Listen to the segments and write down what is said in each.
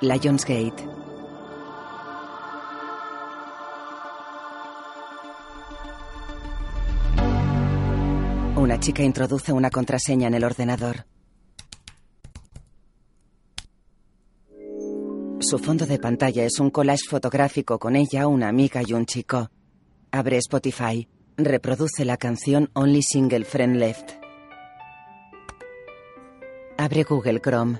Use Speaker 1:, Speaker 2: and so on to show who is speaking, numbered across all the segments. Speaker 1: Lionsgate. Una chica introduce una contraseña en el ordenador. Su fondo de pantalla es un collage fotográfico con ella, una amiga y un chico. Abre Spotify. Reproduce la canción Only Single Friend Left. Abre Google Chrome.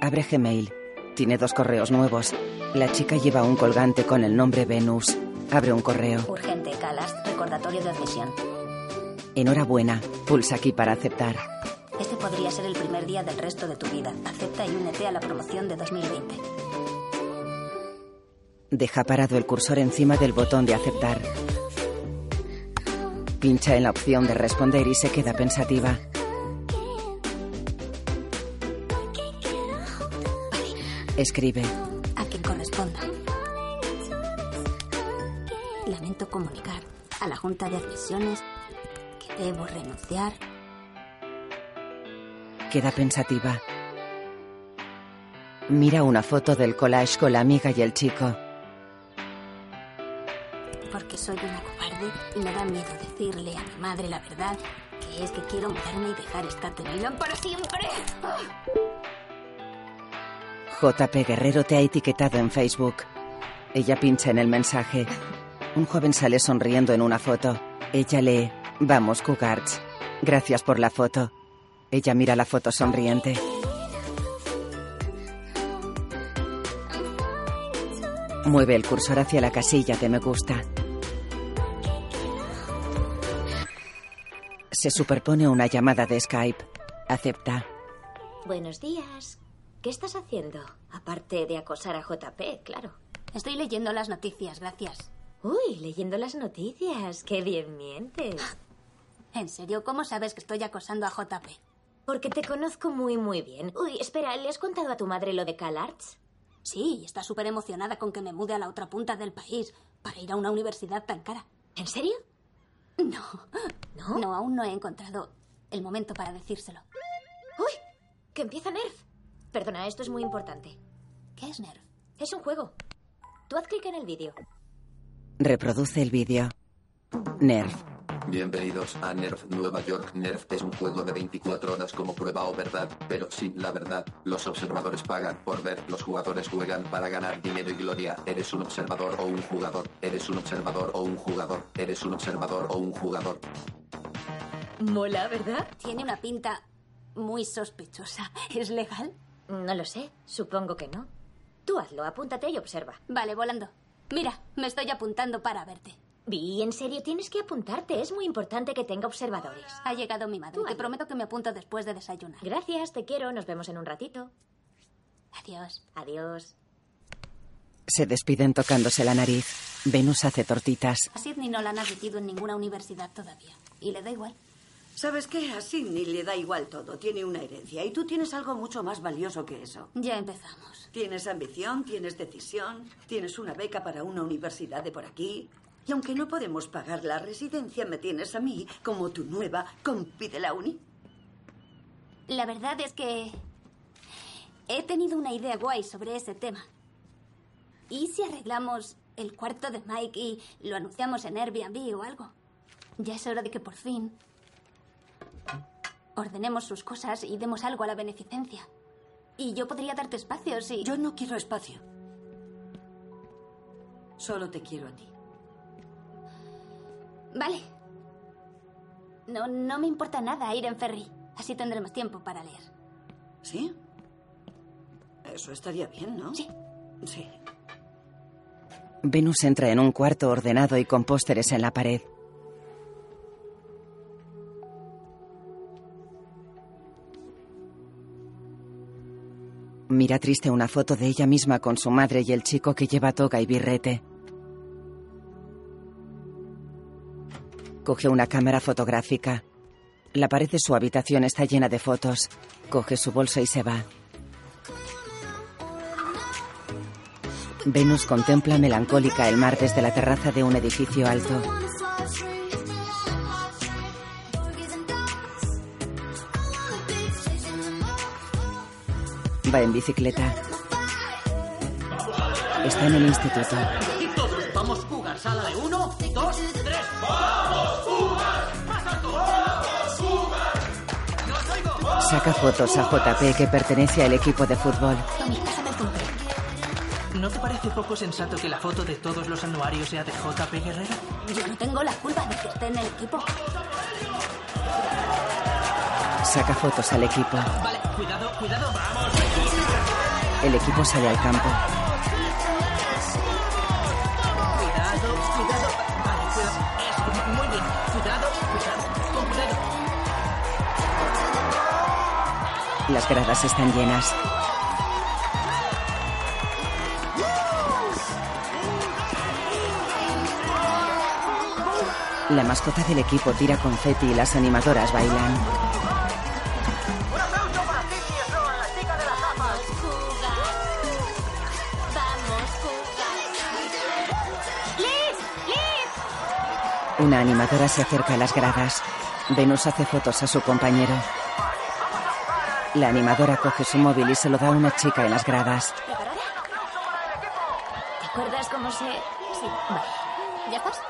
Speaker 1: Abre Gmail. Tiene dos correos nuevos. La chica lleva un colgante con el nombre Venus. Abre un correo.
Speaker 2: Urgente, Calas, recordatorio de admisión.
Speaker 1: Enhorabuena. Pulsa aquí para aceptar.
Speaker 2: Este podría ser el primer día del resto de tu vida. Acepta y únete a la promoción de 2020.
Speaker 1: Deja parado el cursor encima del botón de aceptar. Pincha en la opción de responder y se queda pensativa. Escribe.
Speaker 2: A quien corresponda. Lamento comunicar a la Junta de Admisiones que debo renunciar
Speaker 1: Queda pensativa. Mira una foto del collage con la amiga y el chico.
Speaker 2: porque soy una cobarde y me da miedo decirle a mi madre la verdad, que es que quiero mudarme y dejar esta Tevilón para siempre.
Speaker 1: JP Guerrero te ha etiquetado en Facebook. Ella pincha en el mensaje. Un joven sale sonriendo en una foto. Ella lee, vamos Cougars. Gracias por la foto. Ella mira la foto sonriente. Mueve el cursor hacia la casilla de me gusta. Se superpone una llamada de Skype. Acepta.
Speaker 2: Buenos días. ¿Qué estás haciendo? Aparte de acosar a JP, claro. Estoy leyendo las noticias, gracias.
Speaker 3: Uy, leyendo las noticias. Qué bien mientes.
Speaker 2: En serio, ¿cómo sabes que estoy acosando a JP?
Speaker 3: Porque te conozco muy, muy bien. Uy, espera, ¿le has contado a tu madre lo de CalArts?
Speaker 2: Sí, está súper emocionada con que me mude a la otra punta del país para ir a una universidad tan cara.
Speaker 3: ¿En serio?
Speaker 2: No,
Speaker 3: ¿No?
Speaker 2: no, aún no he encontrado el momento para decírselo.
Speaker 3: Uy, que empieza Nerf. Perdona, esto es muy importante.
Speaker 2: ¿Qué es Nerf?
Speaker 3: Es un juego. Tú haz clic en el vídeo.
Speaker 1: Reproduce el vídeo. Nerf.
Speaker 4: Bienvenidos a Nerf Nueva York. Nerf es un juego de 24 horas como prueba o verdad, pero sin la verdad. Los observadores pagan por ver, los jugadores juegan para ganar dinero y gloria. Eres un observador o un jugador. Eres un observador o un jugador. Eres un observador o un jugador.
Speaker 3: Mola, ¿verdad?
Speaker 2: Tiene una pinta muy sospechosa. ¿Es legal?
Speaker 3: No lo sé. Supongo que no. Tú hazlo, apúntate y observa.
Speaker 2: Vale, volando. Mira, me estoy apuntando para verte.
Speaker 3: Vi, en serio, tienes que apuntarte. Es muy importante que tenga observadores.
Speaker 2: Ha llegado mi madre. Te prometo que me apunto después de desayunar.
Speaker 3: Gracias, te quiero. Nos vemos en un ratito.
Speaker 2: Adiós.
Speaker 3: Adiós.
Speaker 1: Se despiden tocándose la nariz. Venus hace tortitas.
Speaker 2: A Sidney no la han admitido en ninguna universidad todavía. Y le da igual.
Speaker 5: ¿Sabes qué? A Sidney le da igual todo. Tiene una herencia y tú tienes algo mucho más valioso que eso.
Speaker 2: Ya empezamos.
Speaker 5: Tienes ambición, tienes decisión, tienes una beca para una universidad de por aquí. Y aunque no podemos pagar la residencia, me tienes a mí como tu nueva compi de la uni.
Speaker 2: La verdad es que he tenido una idea guay sobre ese tema. ¿Y si arreglamos el cuarto de Mike y lo anunciamos en Airbnb o algo? Ya es hora de que por fin ordenemos sus cosas y demos algo a la beneficencia. Y yo podría darte espacio si...
Speaker 5: Yo no quiero espacio. Solo te quiero a ti.
Speaker 2: Vale. No, no me importa nada ir en ferry. Así tendremos tiempo para leer.
Speaker 5: ¿Sí? Eso estaría bien, ¿no?
Speaker 2: Sí.
Speaker 5: Sí.
Speaker 1: Venus entra en un cuarto ordenado y con pósteres en la pared. Mira triste una foto de ella misma con su madre y el chico que lleva toga y birrete. Coge una cámara fotográfica. La pared de su habitación está llena de fotos. Coge su bolso y se va. Venus contempla melancólica el mar desde la terraza de un edificio alto. Va en bicicleta. Está en el instituto.
Speaker 6: Y todos vamos jugar. Sala de uno, dos, tres. ¡Vamos, jugar! ¡Más alto! ¡Vamos, jugar! ¡No os oigo!
Speaker 1: Saca fotos a JP que pertenece al equipo de fútbol.
Speaker 6: ¿No te parece poco sensato que la foto de todos los anuarios sea de JP Guerrero?
Speaker 7: Yo no tengo la culpa de que esté en el equipo.
Speaker 1: Saca fotos al equipo.
Speaker 6: Vale, cuidado, cuidado, vamos.
Speaker 1: El equipo sale al campo.
Speaker 6: Cuidado, cuidado, vale, cuidado. Eso, muy bien. Cuidado, cuidado, con cuidado.
Speaker 1: Las gradas están llenas. La mascota del equipo tira confeti y las animadoras bailan.
Speaker 8: Un aplauso para Cintia Sol, la chica de las gafas.
Speaker 2: Vamos,
Speaker 7: ¡Liz! ¡Liz!
Speaker 1: Una animadora se acerca a las gradas. Venus hace fotos a su compañero. La animadora coge su móvil y se lo da a una chica en las gradas.
Speaker 2: ¿Preparada? ¿Te acuerdas cómo se...? Sí, vale. ¿Ya estás?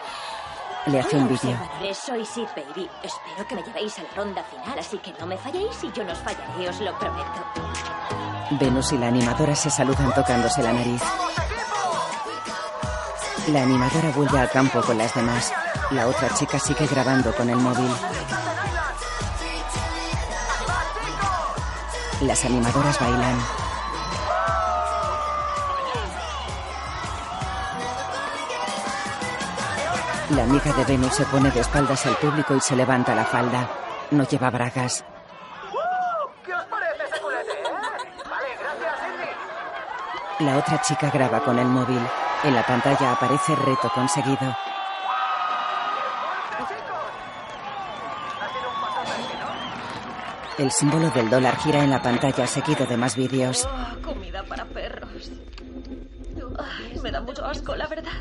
Speaker 1: Le hace un
Speaker 2: Hola,
Speaker 1: vídeo.
Speaker 2: observadores, Soy Sid Baby. Espero que me llevéis a la ronda final, así que no me falléis y yo no os fallaré, os lo prometo.
Speaker 1: Venus y la animadora se saludan tocándose la nariz. La animadora vuelve al campo con las demás. La otra chica sigue grabando con el móvil. Las animadoras bailan. La amiga de Venus se pone de espaldas al público y se levanta la falda. No lleva bragas.
Speaker 8: ¿Qué os parece ese culete, eh? Vale, gracias, Cindy.
Speaker 1: La otra chica graba con el móvil. En la pantalla aparece reto conseguido. El símbolo del dólar gira en la pantalla seguido de más vídeos.
Speaker 9: Oh, comida para perros. Ay, me da mucho asco, la verdad.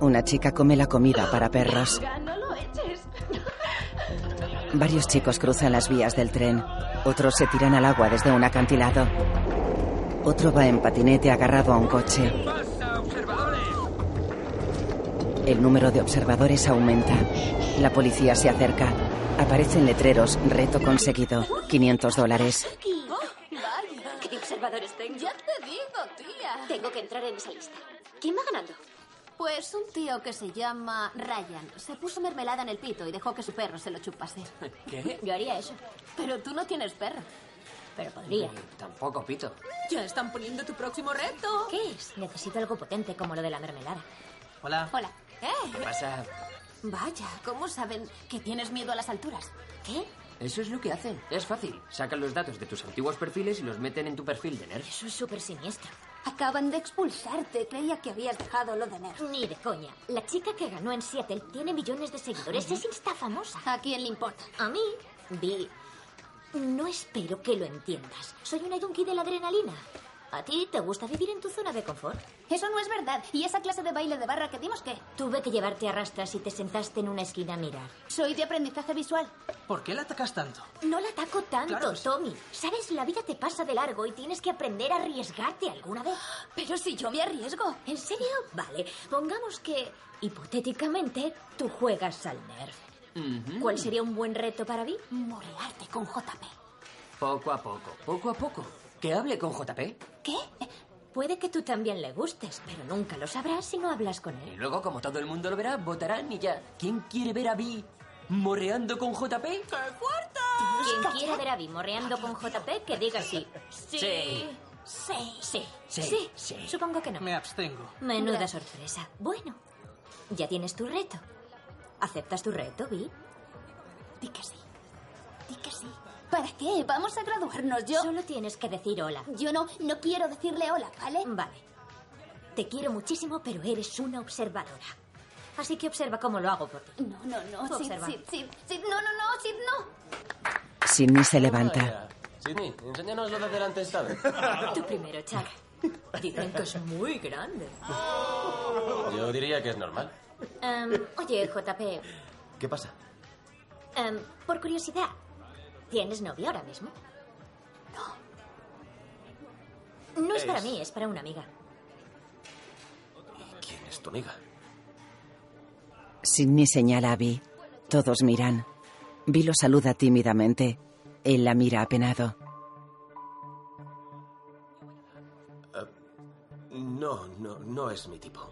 Speaker 1: Una chica come la comida para perros.
Speaker 9: Venga, no lo eches.
Speaker 1: Varios chicos cruzan las vías del tren. Otros se tiran al agua desde un acantilado. Otro va en patinete agarrado a un coche. El número de observadores aumenta. La policía se acerca. Aparecen letreros, reto conseguido, 500 dólares.
Speaker 7: Vaya.
Speaker 2: ¿Qué observadores tengo?
Speaker 7: Ya te digo, tía.
Speaker 2: Tengo que entrar en esa lista. ¿Quién va ganando?
Speaker 7: Pues un tío que se llama Ryan se puso mermelada en el pito y dejó que su perro se lo chupase.
Speaker 6: ¿Qué?
Speaker 2: Yo haría eso,
Speaker 7: Pero tú no tienes perro.
Speaker 2: pero podría.
Speaker 6: Tampoco, Pito.
Speaker 9: Ya están poniendo tu próximo reto.
Speaker 2: ¿Qué es? Necesito algo potente como lo de la mermelada.
Speaker 6: Hola.
Speaker 7: Hola.
Speaker 6: ¿Qué
Speaker 7: ¿Eh?
Speaker 6: pasa?
Speaker 7: Vaya, ¿cómo saben que tienes miedo a las alturas?
Speaker 2: ¿Qué?
Speaker 3: Eso es lo que hacen. Es fácil. Sacan los datos de tus antiguos perfiles y los meten en tu perfil de nerd.
Speaker 2: Eso es súper siniestro.
Speaker 7: Acaban de expulsarte. Creía que habías dejado lo de Nerf.
Speaker 2: Ni de coña. La chica que ganó en Seattle tiene millones de seguidores. Es insta famosa.
Speaker 7: ¿A quién le importa?
Speaker 2: A mí, Vi. No espero que lo entiendas. Soy una yonki de la adrenalina. ¿A ti te gusta vivir en tu zona de confort?
Speaker 7: Eso no es verdad. ¿Y esa clase de baile de barra que dimos qué?
Speaker 2: Tuve que llevarte a rastras y te sentaste en una esquina a mirar.
Speaker 7: Soy de aprendizaje visual.
Speaker 6: ¿Por qué la atacas tanto?
Speaker 2: No la ataco tanto,
Speaker 6: Claro, sí.
Speaker 2: Tommy. Sabes, la vida te pasa de largo y tienes que aprender a arriesgarte alguna vez.
Speaker 7: Pero si yo me arriesgo.
Speaker 2: ¿En serio? Vale, pongamos que, hipotéticamente, tú juegas al Nerf. ¿Cuál sería un buen reto para mí?
Speaker 7: Morearte con JP.
Speaker 3: Poco a poco. Poco a poco. Que hable con JP.
Speaker 7: ¿Qué?
Speaker 2: Puede que tú también le gustes, pero nunca lo sabrás si no hablas con
Speaker 3: Y
Speaker 2: él.
Speaker 3: luego, como todo el mundo lo verá, votarán y ya. ¿Quién quiere ver a Vi morreando con JP?
Speaker 2: Quien quiera ver a Vi morreando con JP, que diga sí.
Speaker 3: Sí.
Speaker 2: Sí. Sí.
Speaker 3: Sí. Sí.
Speaker 2: Supongo que no.
Speaker 6: Me abstengo.
Speaker 2: Menuda
Speaker 7: Gracias.
Speaker 2: sorpresa. Bueno, ya tienes tu reto. ¿Aceptas tu reto, Vi?
Speaker 7: Di que sí. Di que sí. ¿Para qué? Vamos a graduarnos. Yo.
Speaker 2: Solo tienes que decir hola.
Speaker 7: Yo no, no quiero decirle hola, ¿vale?
Speaker 2: Vale. Te quiero muchísimo, pero eres una observadora. Así que observa cómo lo hago por ti.
Speaker 7: No, no, no. Sid,
Speaker 2: Observa.
Speaker 7: Sid, Sid, Sid, No, no, no, Sid, no.
Speaker 1: Sidney se levanta.
Speaker 10: Vaya. Sidney, enséñanos lo de delante esta vez.
Speaker 2: Tú primero, Chuck. Ah. Dicen que es muy grande.
Speaker 10: Yo diría que es normal.
Speaker 2: Em, oye, JP,
Speaker 10: ¿Qué pasa?
Speaker 2: em, por curiosidad, ¿tienes novio ahora mismo? No. No es para
Speaker 10: Es-
Speaker 2: mí, es para una amiga.
Speaker 10: es tu amiga.
Speaker 1: Sidney señala a Vi. Todos miran. Vi lo saluda tímidamente. Él la mira apenado.
Speaker 10: No, no, no es mi tipo.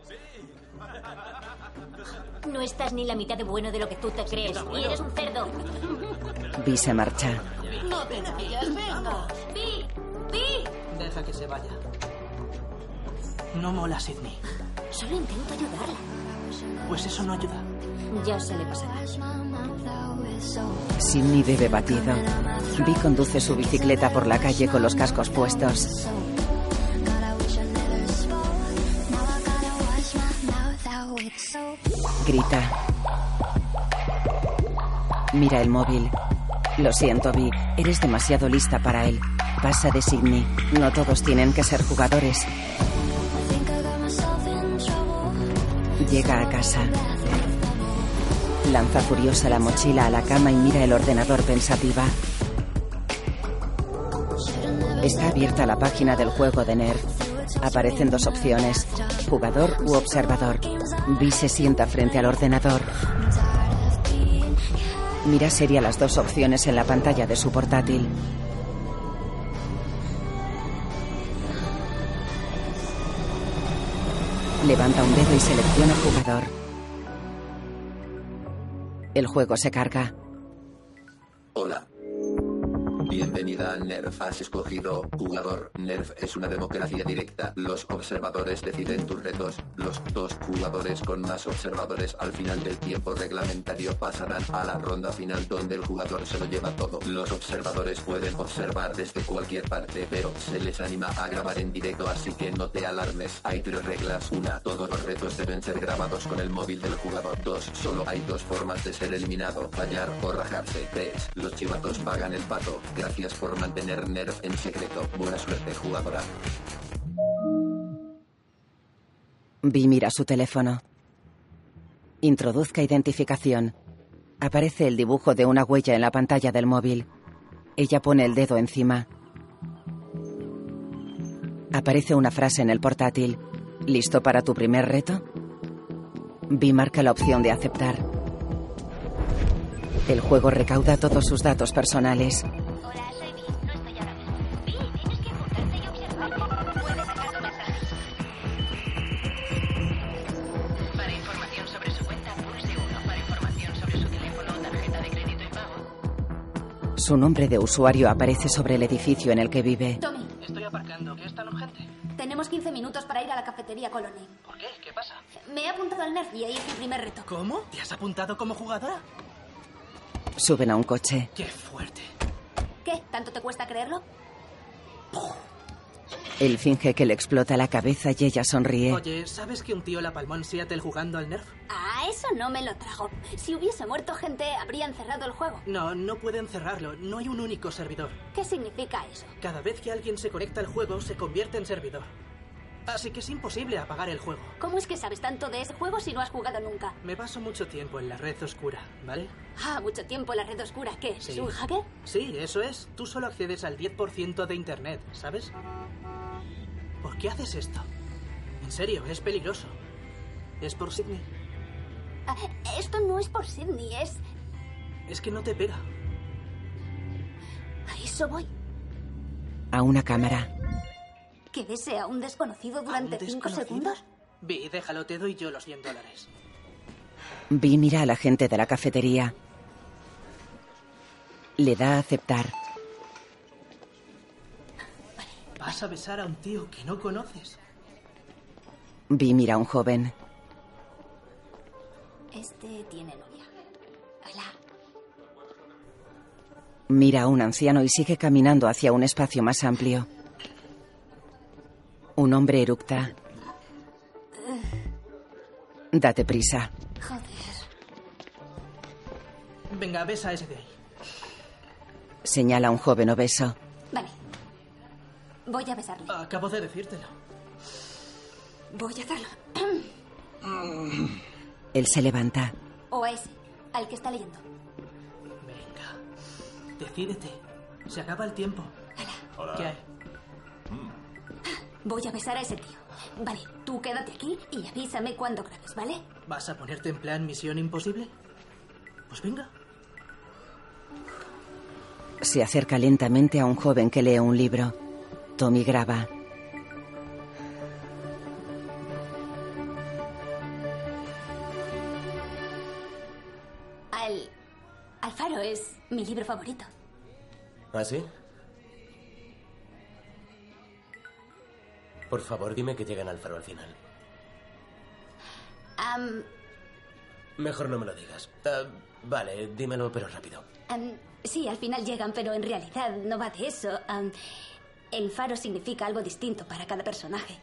Speaker 2: No estás ni la mitad de bueno de lo que tú te crees. Y eres un cerdo.
Speaker 1: Vi se marcha.
Speaker 2: No te vayas, venga. ¡Pi! ¡Pi!
Speaker 11: Deja que se vaya. No mola, Sidney.
Speaker 2: Solo intento ayudarla.
Speaker 11: Pues eso no ayuda.
Speaker 2: Ya se le pasará.
Speaker 1: Sidney bebe batido. Vi conduce su bicicleta por la calle con los cascos puestos. Grita. Mira el móvil. Lo siento, Vi. Eres demasiado lista para él. Pasa de Sidney. No todos tienen que ser jugadores. Llega a casa. Lanza furiosa la mochila a la cama y mira el ordenador pensativa. Está abierta la página del juego de Nerf. Aparecen dos opciones, jugador u observador. Vi se sienta frente al ordenador. Mira seria las dos opciones en la pantalla de su portátil. Levanta un dedo y selecciona jugador. El juego se carga.
Speaker 4: Hola. Bienvenida a Nerf. Has escogido jugador. Nerf es una democracia directa. Los observadores deciden tus retos. Los dos jugadores con más observadores al final del tiempo reglamentario pasarán a la ronda final donde el jugador se lo lleva todo. Los observadores pueden observar desde cualquier parte, pero se les anima a grabar en directo, así que no te alarmes. Hay tres reglas. Una, todos los retos deben ser grabados con el móvil del jugador. Dos, solo hay dos formas de ser eliminado, fallar o rajarse. Tres, los chivatos pagan el pato. Gracias por mantener Nerf en secreto. Buena suerte, jugadora.
Speaker 1: Vi mira su teléfono. Introduzca identificación. Aparece el dibujo de una huella en la pantalla del móvil. Ella pone el dedo encima. Aparece una frase en el portátil. ¿Listo para tu primer reto? Vi marca la opción de aceptar. El juego recauda todos sus datos personales.
Speaker 12: Para información sobre su cuenta, pulse 1. Para información sobre su teléfono o tarjeta de crédito y pago.
Speaker 1: Su nombre de usuario aparece sobre el edificio en el que vive.
Speaker 7: Tommy,
Speaker 11: Estoy aparcando. ¿Qué es tan urgente?
Speaker 7: tenemos 15 minutos para ir a la cafetería Colony.
Speaker 11: ¿Por qué? ¿Qué pasa?
Speaker 7: Me he apuntado al Nerf y ahí es mi primer reto.
Speaker 11: ¿Cómo? ¿Te has apuntado como jugadora?
Speaker 1: Suben a un coche.
Speaker 11: ¡Qué fuerte!
Speaker 7: ¿Qué? ¿Tanto te cuesta creerlo?
Speaker 1: Él finge que le explota la cabeza y ella sonríe.
Speaker 11: Oye, ¿sabes que un tío la palmó en Seattle jugando al Nerf?
Speaker 7: Ah, eso no me lo trago. Si hubiese muerto gente, habrían cerrado el juego.
Speaker 11: No, no pueden cerrarlo. No hay un único servidor.
Speaker 7: ¿Qué significa eso?
Speaker 11: Cada vez que alguien se conecta al juego, se convierte en servidor. Así que es imposible apagar el juego.
Speaker 7: ¿Cómo es que sabes tanto de ese juego si no has jugado nunca?
Speaker 11: Me paso mucho tiempo en la red oscura, ¿vale?
Speaker 7: Ah, mucho tiempo en la red oscura. ¿Qué? ¿Es
Speaker 11: Sí.
Speaker 7: un hacker?
Speaker 11: Sí, eso es. Tú solo accedes al 10% de Internet, ¿sabes? ¿Por qué haces esto? En serio, es peligroso. Es por Sidney.
Speaker 7: Ah, esto no es por Sidney, es...
Speaker 11: Es que no te pega.
Speaker 7: A eso voy.
Speaker 1: A una cámara.
Speaker 7: ¿Que bese a un desconocido durante cinco segundos?
Speaker 11: Vi, déjalo, te doy yo los 100 dólares.
Speaker 1: Vi mira a la gente de la cafetería. Le da a aceptar.
Speaker 11: Vas a besar a un tío que no conoces.
Speaker 1: Vi mira a un joven.
Speaker 7: Este tiene novia. Hola.
Speaker 1: Mira a un anciano y sigue caminando hacia un espacio más amplio. Un hombre eructa. Date prisa.
Speaker 11: Venga, besa a ese de ahí.
Speaker 1: Señala a un joven obeso.
Speaker 7: Vale. Voy a besarle.
Speaker 11: Acabo de decírtelo.
Speaker 7: Voy a hacerlo.
Speaker 1: Él se levanta.
Speaker 7: O a ese, al que está leyendo.
Speaker 11: Decídete. Se acaba el tiempo. ¿Qué hay?
Speaker 7: Voy a besar a ese tío.
Speaker 2: Vale, tú quédate aquí y avísame cuando grabes, ¿vale?
Speaker 11: ¿Vas a ponerte en plan misión imposible? Pues venga.
Speaker 1: Se acerca lentamente a un joven que lee un libro. Tommy graba.
Speaker 2: Al. Alfaro es mi libro favorito.
Speaker 13: ¿Ah, sí? Por favor, dime que llegan al faro al final.
Speaker 2: Am,
Speaker 13: Mejor no me lo digas. Ah, vale, dímelo, pero rápido.
Speaker 2: am, sí, al final llegan, pero en realidad no va de eso. Am, el faro significa algo distinto para cada personaje.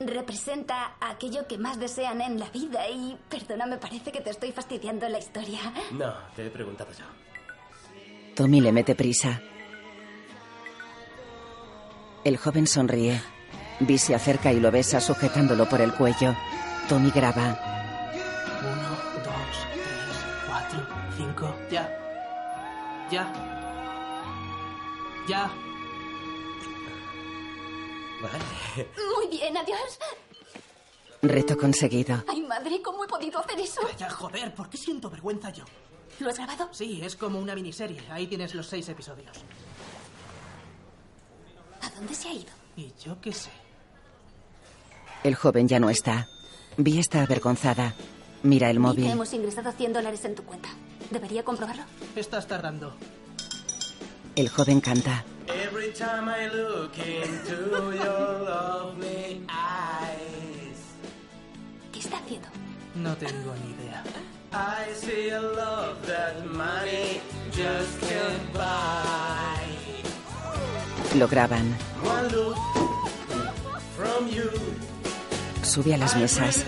Speaker 2: Representa aquello que más desean en la vida y, perdona, me parece que te estoy fastidiando la historia.
Speaker 13: No, te he preguntado yo.
Speaker 1: Tommy le mete prisa. El joven sonríe. Vi se acerca y lo besa sujetándolo por el cuello. Tommy graba.
Speaker 11: Uno, dos, tres, cuatro, cinco. Ya. Ya. Ya.
Speaker 13: Vale.
Speaker 2: Muy bien, adiós.
Speaker 1: Reto conseguido.
Speaker 2: Ay, madre, ¿cómo he podido hacer eso?
Speaker 11: Ya, joder, ¿por qué siento vergüenza yo?
Speaker 2: ¿Lo has grabado?
Speaker 11: Sí, es como una miniserie. Ahí tienes los seis episodios.
Speaker 2: ¿A dónde se ha ido?
Speaker 11: Y yo qué sé.
Speaker 1: El joven ya no está. Vi está avergonzada. Mira el
Speaker 2: Vi que
Speaker 1: móvil.
Speaker 2: hemos ingresado 100 dólares en tu cuenta. ¿Debería comprobarlo?
Speaker 11: Estás tardando.
Speaker 1: El joven canta.
Speaker 3: Every time I look into your lovely eyes,
Speaker 2: ¿Qué está haciendo?
Speaker 11: No tengo ni idea.
Speaker 3: I see a love that money just can't buy.
Speaker 1: Lo graban.
Speaker 3: One look from you
Speaker 1: Sube a las mesas.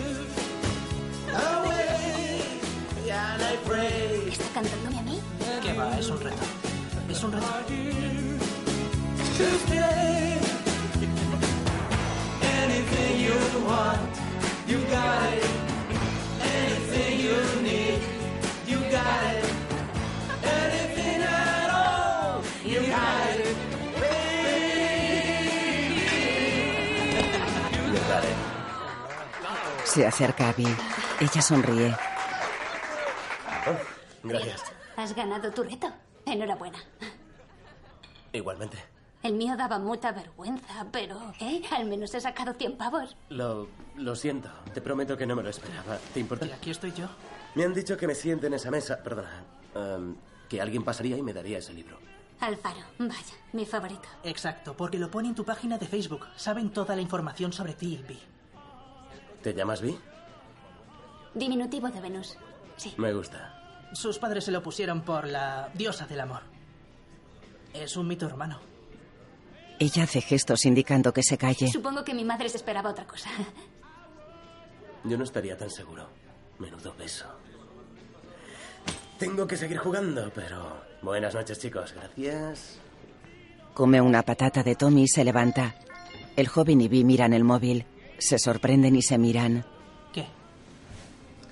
Speaker 3: away, and I pray.
Speaker 2: ¿Está cantándome a mí?
Speaker 11: ¿Qué va? Es un reto. Es un reto.
Speaker 3: To stay. Anything you want, you got it. Anything you need, you got it. Anything at all, you got it.
Speaker 14: You got it.
Speaker 1: Se acerca a Vi. Ella sonríe.
Speaker 13: Gracias.
Speaker 2: Has ganado tu reto. Enhorabuena.
Speaker 13: Igualmente.
Speaker 2: El mío daba mucha vergüenza, pero, ¿eh? Al menos he sacado 100 pavos.
Speaker 13: Lo, lo siento. Te prometo que no me lo esperaba. ¿Te importa?
Speaker 11: Y aquí estoy yo.
Speaker 13: Me han dicho que me siente en esa mesa. Perdona. Em, que alguien pasaría y me daría ese libro.
Speaker 2: Alfaro, vaya, mi favorito.
Speaker 11: Exacto, porque lo pone en tu página de Facebook. Saben toda la información sobre ti, Vi.
Speaker 13: ¿Te llamas Vi?
Speaker 2: Diminutivo de Venus.
Speaker 13: Me gusta.
Speaker 11: Sus padres se lo pusieron por la diosa del amor. Es un mito hermano.
Speaker 1: Ella hace gestos indicando que se calle.
Speaker 2: Supongo que mi madre se esperaba otra cosa.
Speaker 13: Yo no estaría tan seguro. Menudo beso. Tengo que seguir jugando, pero... Buenas noches, chicos. Gracias.
Speaker 1: Come una patata de Tommy y se levanta. El joven y Vi miran el móvil. Se sorprenden y se miran.
Speaker 11: ¿Qué?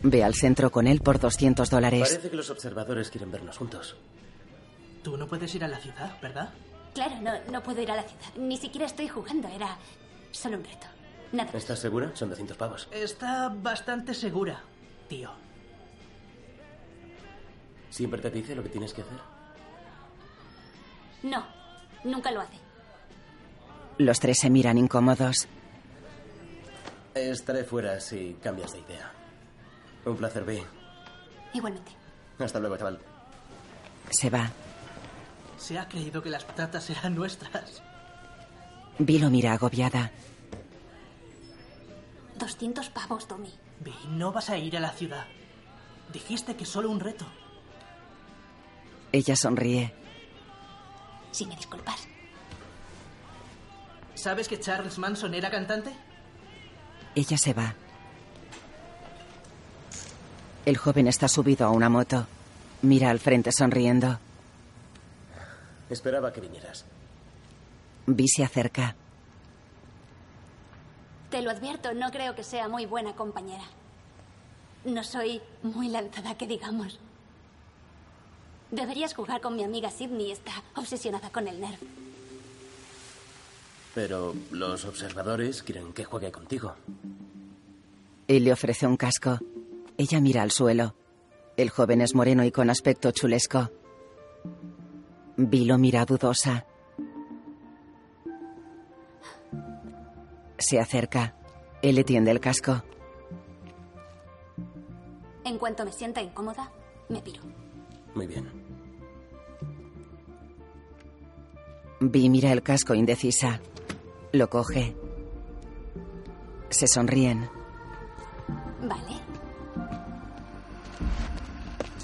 Speaker 1: Ve al centro con él por 200 dólares.
Speaker 13: Parece que los observadores quieren vernos juntos.
Speaker 11: Tú no puedes ir a la ciudad, ¿verdad?
Speaker 2: Claro, no, no puedo ir a la ciudad. Ni siquiera estoy jugando, era solo un reto. Nada.
Speaker 13: ¿Estás segura? Son 200 pavos.
Speaker 11: Está bastante segura, tío.
Speaker 13: ¿Siempre te dice lo que tienes que hacer?
Speaker 2: No, nunca lo hace.
Speaker 1: Los tres se miran incómodos.
Speaker 13: Estaré fuera si cambias de idea. Un placer, Vi.
Speaker 2: Igualmente.
Speaker 13: Hasta luego, chaval.
Speaker 1: Se va.
Speaker 11: Se ha creído que las patatas eran nuestras.
Speaker 1: Vi lo mira agobiada.
Speaker 2: 200 pavos, Tommy.
Speaker 11: Vi, no vas a ir a la ciudad. Dijiste que solo un reto.
Speaker 1: Ella sonríe.
Speaker 2: Si me disculpas.
Speaker 11: ¿Sabes que Charles Manson era cantante?
Speaker 1: Ella se va. El joven está subido a una moto. Mira al frente sonriendo.
Speaker 13: Esperaba que vinieras.
Speaker 1: Vi se acerca.
Speaker 2: Te lo advierto, no creo que sea muy buena compañera. No soy muy lanzada, que digamos. Deberías jugar con mi amiga Sidney, está obsesionada con el nerf.
Speaker 13: Pero los observadores quieren que juegue contigo.
Speaker 1: Y le ofrece un casco. Ella mira al suelo. El joven es moreno y con aspecto chulesco. Vi lo mira dudosa. Se acerca. Él le tiende el casco.
Speaker 7: En cuanto me sienta incómoda, me piro.
Speaker 13: Muy bien.
Speaker 1: Vi mira el casco indecisa. Lo coge. Se sonríen.
Speaker 7: Vale.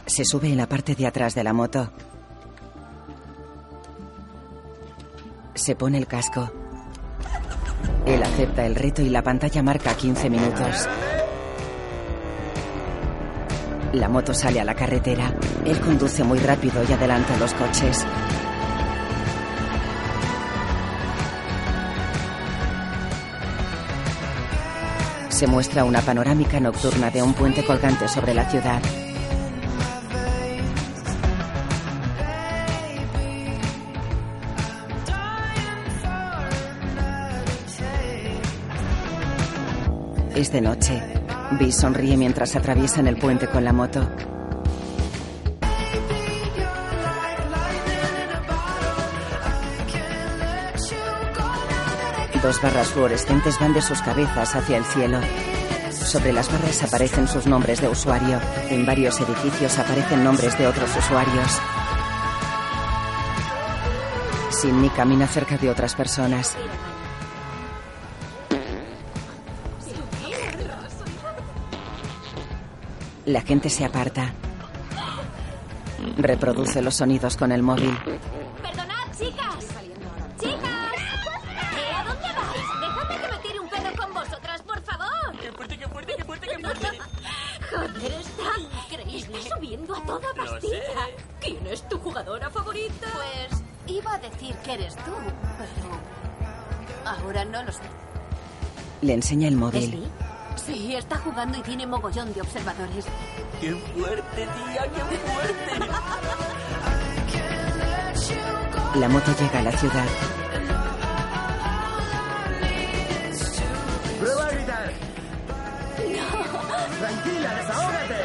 Speaker 1: Se sube en la parte de atrás de la moto. Se pone el casco. Él acepta el reto y la pantalla marca 15 minutos. La moto sale a la carretera. Él conduce muy rápido y adelanta los coches. Se muestra una panorámica nocturna de un puente colgante sobre la ciudad. Es de noche. Vi sonríe mientras atraviesan el puente con la moto. Dos barras fluorescentes van de sus cabezas hacia el cielo. Sobre las barras aparecen sus nombres de usuario. En varios edificios aparecen nombres de otros usuarios. Sidney camina cerca de otras personas. La gente se aparta. Reproduce los sonidos con el móvil.
Speaker 2: Perdonad, chicas. Chicas. Eh, ¿A dónde vais? Dejadme que me tire un perro con vosotras, por favor. Qué fuerte, qué fuerte, qué fuerte, qué fuerte. Joder, está increíble. Está subiendo a toda
Speaker 9: Lo
Speaker 2: pastilla.
Speaker 9: sé.
Speaker 2: ¿Quién es tu jugadora favorita? Pues iba a decir que eres tú, pero ahora no lo sé.
Speaker 1: Le enseña el móvil.
Speaker 2: Sí, está jugando y tiene mogollón de observadores.
Speaker 6: ¡Qué fuerte, tía! ¡Qué fuerte!
Speaker 1: La moto llega a la ciudad.
Speaker 8: ¡Prueba a gritar! ¡Tranquila, desahógate!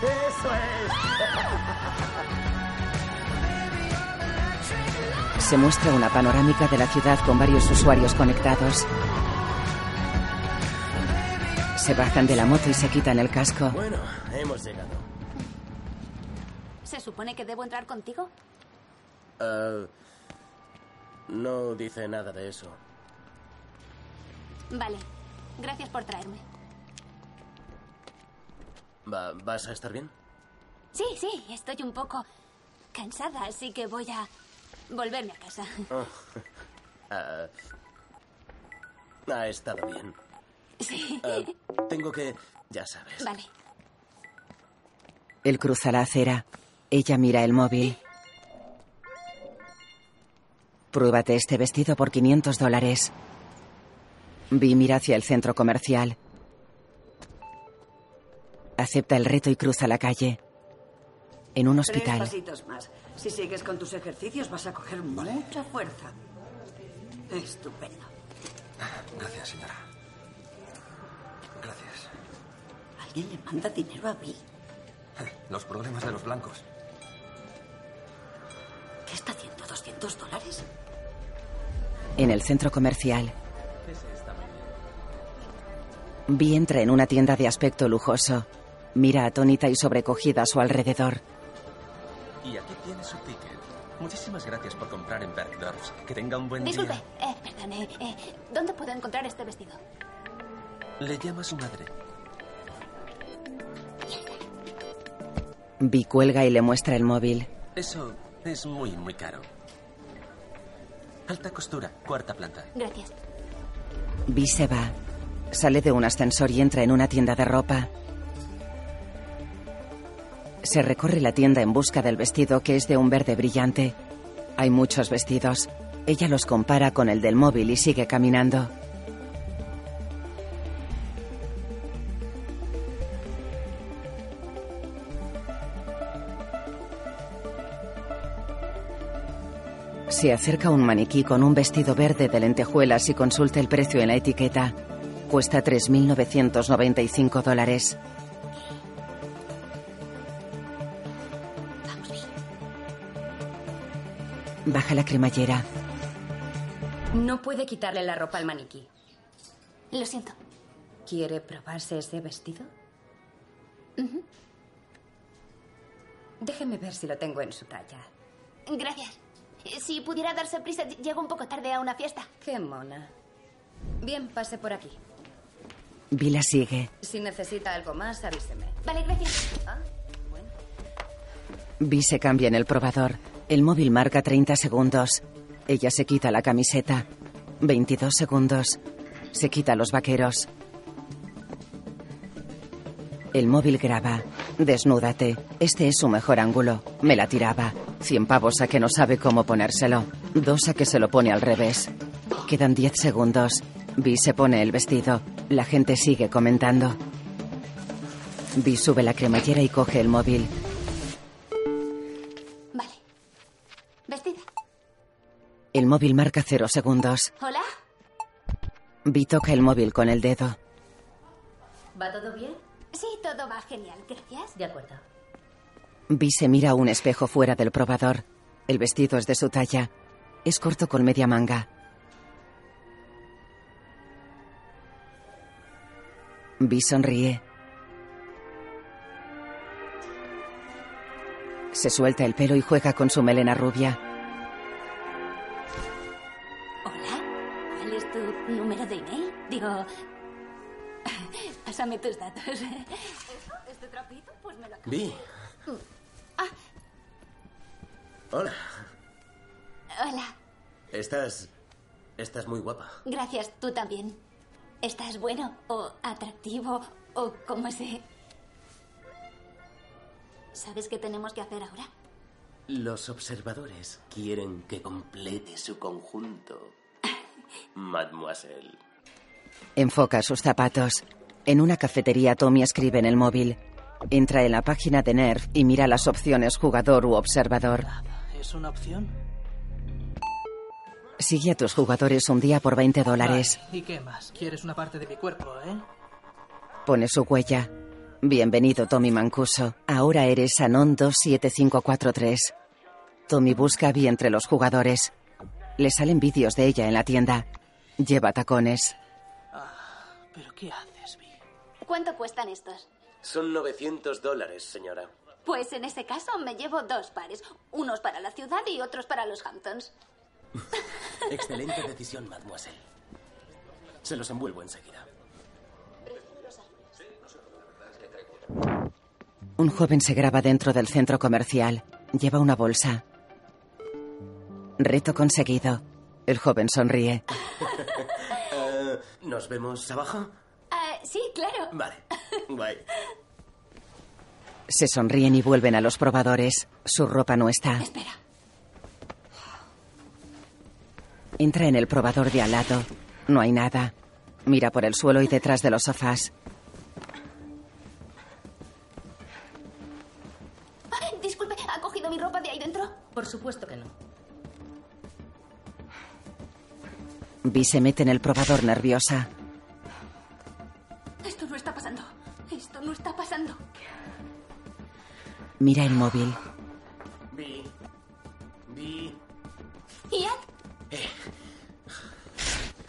Speaker 8: ¡Eso es!
Speaker 1: Se muestra una panorámica de la ciudad con varios usuarios conectados. Se bajan de la moto y se quitan el casco.
Speaker 13: Bueno, hemos llegado.
Speaker 7: ¿Se supone que debo entrar contigo?
Speaker 13: Ah, no dice nada de eso.
Speaker 7: Vale. Gracias por traerme.
Speaker 13: Va- ¿Vas a estar bien?
Speaker 7: Sí, sí, estoy un poco cansada, así que voy a volverme a casa.
Speaker 13: Ah, ah, ha estado bien.
Speaker 7: Sí.
Speaker 13: Ah, tengo que... Ya sabes.
Speaker 7: Vale.
Speaker 1: Él cruza la acera. Ella mira el móvil. Pruébate este vestido por 500 dólares. Vi mira hacia el centro comercial. Acepta el reto y cruza la calle. En un
Speaker 5: Tres
Speaker 1: hospital,
Speaker 5: pasitos más. Si sigues con tus ejercicios vas a coger mucha fuerza. Estupendo.
Speaker 4: Gracias, señora. Gracias.
Speaker 5: ¿Alguien le manda dinero a mí?
Speaker 4: Los problemas de los blancos.
Speaker 5: ¿Qué está haciendo? ¿200 dólares?
Speaker 1: en el centro comercial, Vi entra en una tienda de aspecto lujoso. Mira atónita y sobrecogida a su alrededor.
Speaker 15: Y aquí tiene su ticket. Muchísimas gracias por comprar en Bergdorf's. Que tenga un buen
Speaker 7: Disculpe,
Speaker 15: día.
Speaker 7: eh, perdone. eh, ¿Dónde puedo encontrar este vestido?
Speaker 15: Le llama su madre.
Speaker 1: Vi cuelga y le muestra el móvil.
Speaker 15: Eso es muy, muy caro. Alta costura, cuarta planta.
Speaker 7: Gracias.
Speaker 1: Vi se va. Sale de un ascensor y entra en una tienda de ropa. Se recorre la tienda en busca del vestido que es de un verde brillante. Hay muchos vestidos. Ella los compara con el del móvil y sigue caminando. Se acerca un maniquí con un vestido verde de lentejuelas y consulta el precio en la etiqueta. Cuesta 3.995 dólares. Baja la cremallera.
Speaker 16: No puede quitarle la ropa al maniquí.
Speaker 7: Lo siento.
Speaker 16: ¿Quiere probarse ese vestido? Déjeme ver si lo tengo en su talla.
Speaker 2: Gracias. Si pudiera darse prisa, ll- llego un poco tarde a una fiesta.
Speaker 16: Qué mona. Bien, pase por aquí.
Speaker 1: Vila sigue.
Speaker 16: Si necesita algo más, avíseme.
Speaker 2: Vale, gracias.
Speaker 1: Vi se cambia en el probador. El móvil marca 30 segundos. Ella se quita la camiseta. 22 segundos. Se quita los vaqueros. El móvil graba. Desnúdate. Este es su mejor ángulo. Me la tiraba. 100 pavos a que no sabe cómo ponérselo. Dos a que se lo pone al revés. Quedan 10 segundos. Vi se pone el vestido. La gente sigue comentando. Vi sube la cremallera y coge el móvil.
Speaker 2: Vestida.
Speaker 1: El móvil marca cero segundos.
Speaker 2: Hola.
Speaker 1: Vi toca el móvil con el dedo.
Speaker 16: ¿Va todo bien?
Speaker 2: Sí, todo va genial, gracias.
Speaker 16: De acuerdo.
Speaker 1: Vi se mira a un espejo fuera del probador. El vestido es de su talla. Es corto con media manga. Vi sonríe. Se suelta el pelo y juega con su melena rubia.
Speaker 7: ¿Cuál es tu número de email? Digo, pásame tus datos. ¿Eso? ¿Este trapito? Pues me lo
Speaker 13: Vi. Hola.
Speaker 7: Hola,
Speaker 13: Estás. Estás muy guapa.
Speaker 7: gracias, tú también. ¿Estás bueno o atractivo o como sé? ¿Sabes qué tenemos que hacer ahora?
Speaker 13: Los observadores quieren que complete su conjunto. Mademoiselle.
Speaker 1: Enfoca sus zapatos. En una cafetería Tommy escribe en el móvil. Entra en la página de Nerf y mira las opciones jugador u observador.
Speaker 11: ¿Es una opción?
Speaker 1: Sigue a tus jugadores un día por 20 dólares.
Speaker 11: Vale, ¿Y qué más? Quieres una parte de mi cuerpo, ¿eh?
Speaker 1: Pone su huella. Bienvenido, Tommy Mancuso. Ahora eres Anon 27543. Tommy busca a Vi entre los jugadores. Le salen vídeos de ella en la tienda. Lleva tacones.
Speaker 11: ¿Pero qué haces, Vi?
Speaker 7: ¿Cuánto cuestan estos?
Speaker 13: Son 900 dólares, señora.
Speaker 7: Pues en ese caso me llevo dos pares, unos para la ciudad y otros para los Hamptons.
Speaker 13: Excelente decisión, mademoiselle. Se los envuelvo enseguida.
Speaker 1: Un joven se graba dentro del centro comercial. Lleva una bolsa. Reto conseguido. El joven sonríe.
Speaker 13: Eh, ¿Nos vemos abajo?
Speaker 7: Ah, sí, claro.
Speaker 13: Vale. Guay.
Speaker 1: Se sonríen y vuelven a los probadores. Su ropa no está. Entra en el probador de al lado. No hay nada. Mira por el suelo y detrás de los sofás.
Speaker 2: Ah, Disculpe, ¿ha cogido mi ropa de ahí dentro?
Speaker 16: Por supuesto que no.
Speaker 1: Vi se mete en el probador nerviosa.
Speaker 7: Esto no está pasando. Esto no está pasando.
Speaker 1: Mira el móvil.
Speaker 13: Vi. Vi.
Speaker 7: ¿Ian?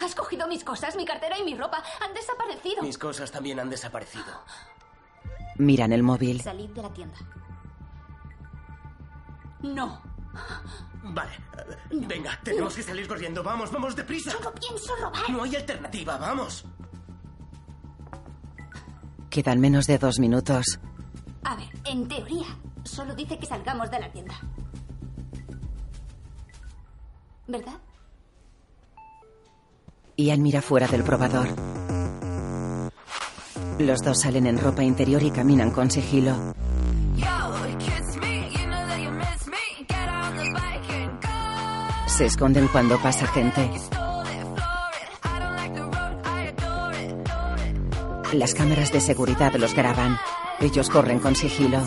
Speaker 7: Has cogido mis cosas, mi cartera y mi ropa. Han desaparecido.
Speaker 13: Mis cosas también han desaparecido.
Speaker 1: Miran el móvil.
Speaker 7: Salid de la tienda. No.
Speaker 13: Vale. Venga, tenemos que salir corriendo. Vamos, vamos, deprisa.
Speaker 2: Solo pienso robar.
Speaker 13: No hay alternativa, vamos.
Speaker 1: Quedan menos de dos minutos.
Speaker 7: A ver, en teoría, solo dice que salgamos de la tienda. ¿Verdad?
Speaker 1: Ian mira fuera del probador. Los dos salen en ropa interior y caminan con sigilo. Se esconden cuando pasa gente. Las cámaras de seguridad los graban. Ellos corren con sigilo.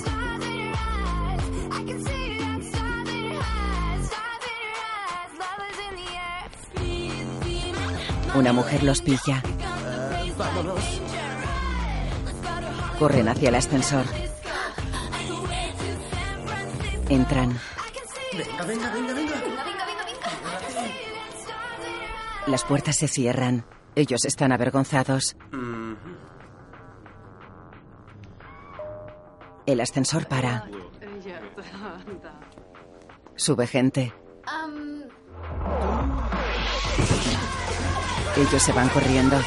Speaker 1: Una mujer los pilla.
Speaker 13: Vámonos.
Speaker 1: Corren hacia el ascensor. Entran.
Speaker 13: Venga, venga, venga, venga.
Speaker 1: Las puertas se cierran. Ellos están avergonzados. El ascensor para. Sube gente. Ellos se van corriendo.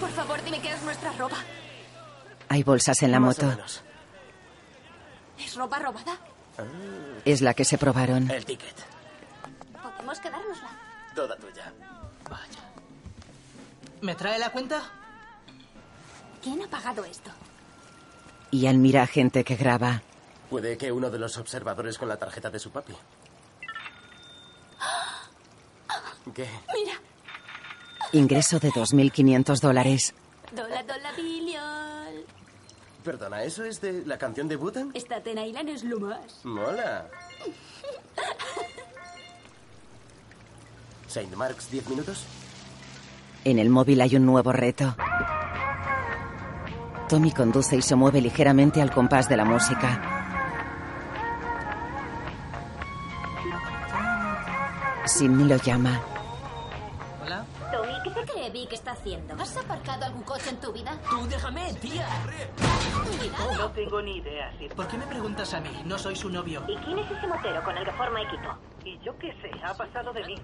Speaker 2: Por favor, dime que es nuestra ropa.
Speaker 1: Hay bolsas en la
Speaker 2: Más o
Speaker 1: moto.
Speaker 2: ¿Es ropa robada?
Speaker 1: Es la que se probaron.
Speaker 10: El ticket.
Speaker 2: ¿Podemos quedárnosla?
Speaker 10: Toda tuya.
Speaker 11: ¿Me trae la cuenta?
Speaker 2: ¿Quién ha pagado esto?
Speaker 1: Ian mira a gente que graba.
Speaker 13: Puede que uno de los observadores con la tarjeta de su papi. ¿Qué?
Speaker 2: Mira.
Speaker 1: Ingreso de 2.500 dólares.
Speaker 2: Dola, dola, biliol.
Speaker 13: Perdona, ¿eso es de la canción de Butan?
Speaker 2: Esta en Island es lo más.
Speaker 13: Mola. Saint Marks, 10 minutos.
Speaker 1: En el móvil hay un nuevo reto. Tommy conduce y se mueve ligeramente al compás de la música. Sidney lo llama.
Speaker 2: Tommy, ¿qué te cree Vic está haciendo? ¿Has aparcado algún coche en tu vida? Tú déjame, tía.
Speaker 5: No tengo ni idea, Sir.
Speaker 11: ¿Por qué me preguntas a mí? No soy su novio.
Speaker 5: ¿Y quién es ese motero con el que forma equipo? Y yo qué sé, ha pasado de mí.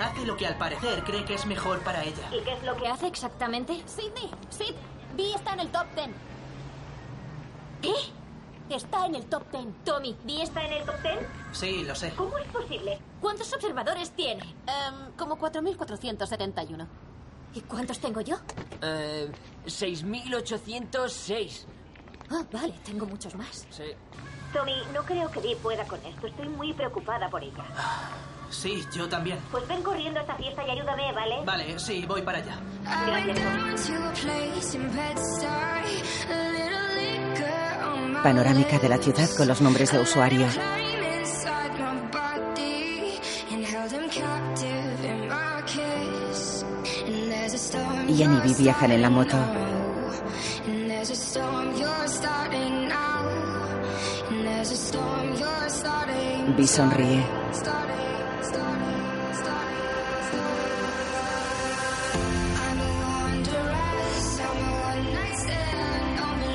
Speaker 11: Hace lo que al parecer cree que es mejor para ella.
Speaker 2: ¿Y qué es lo que hace exactamente? Sidney, Sid, Vi está en el top ten. ¿Qué? Está en el top ten. Tommy, Vi está en el top ten.
Speaker 11: Sí, lo sé.
Speaker 2: ¿Cómo es posible? ¿Cuántos observadores tiene? Em, como 4.471. ¿Y cuántos tengo yo?
Speaker 17: Eh, 6.806.
Speaker 2: Ah, vale, tengo muchos más.
Speaker 17: Sí.
Speaker 18: Tommy, no creo que Dee pueda con esto. Estoy muy preocupada por ella.
Speaker 11: Sí, yo también.
Speaker 18: Pues ven corriendo a esta fiesta y ayúdame, ¿vale?
Speaker 11: Vale, sí, voy para allá.
Speaker 1: Panorámica de la ciudad con los nombres de usuario. Ian y Vi viajan en la moto. Vi sonríe.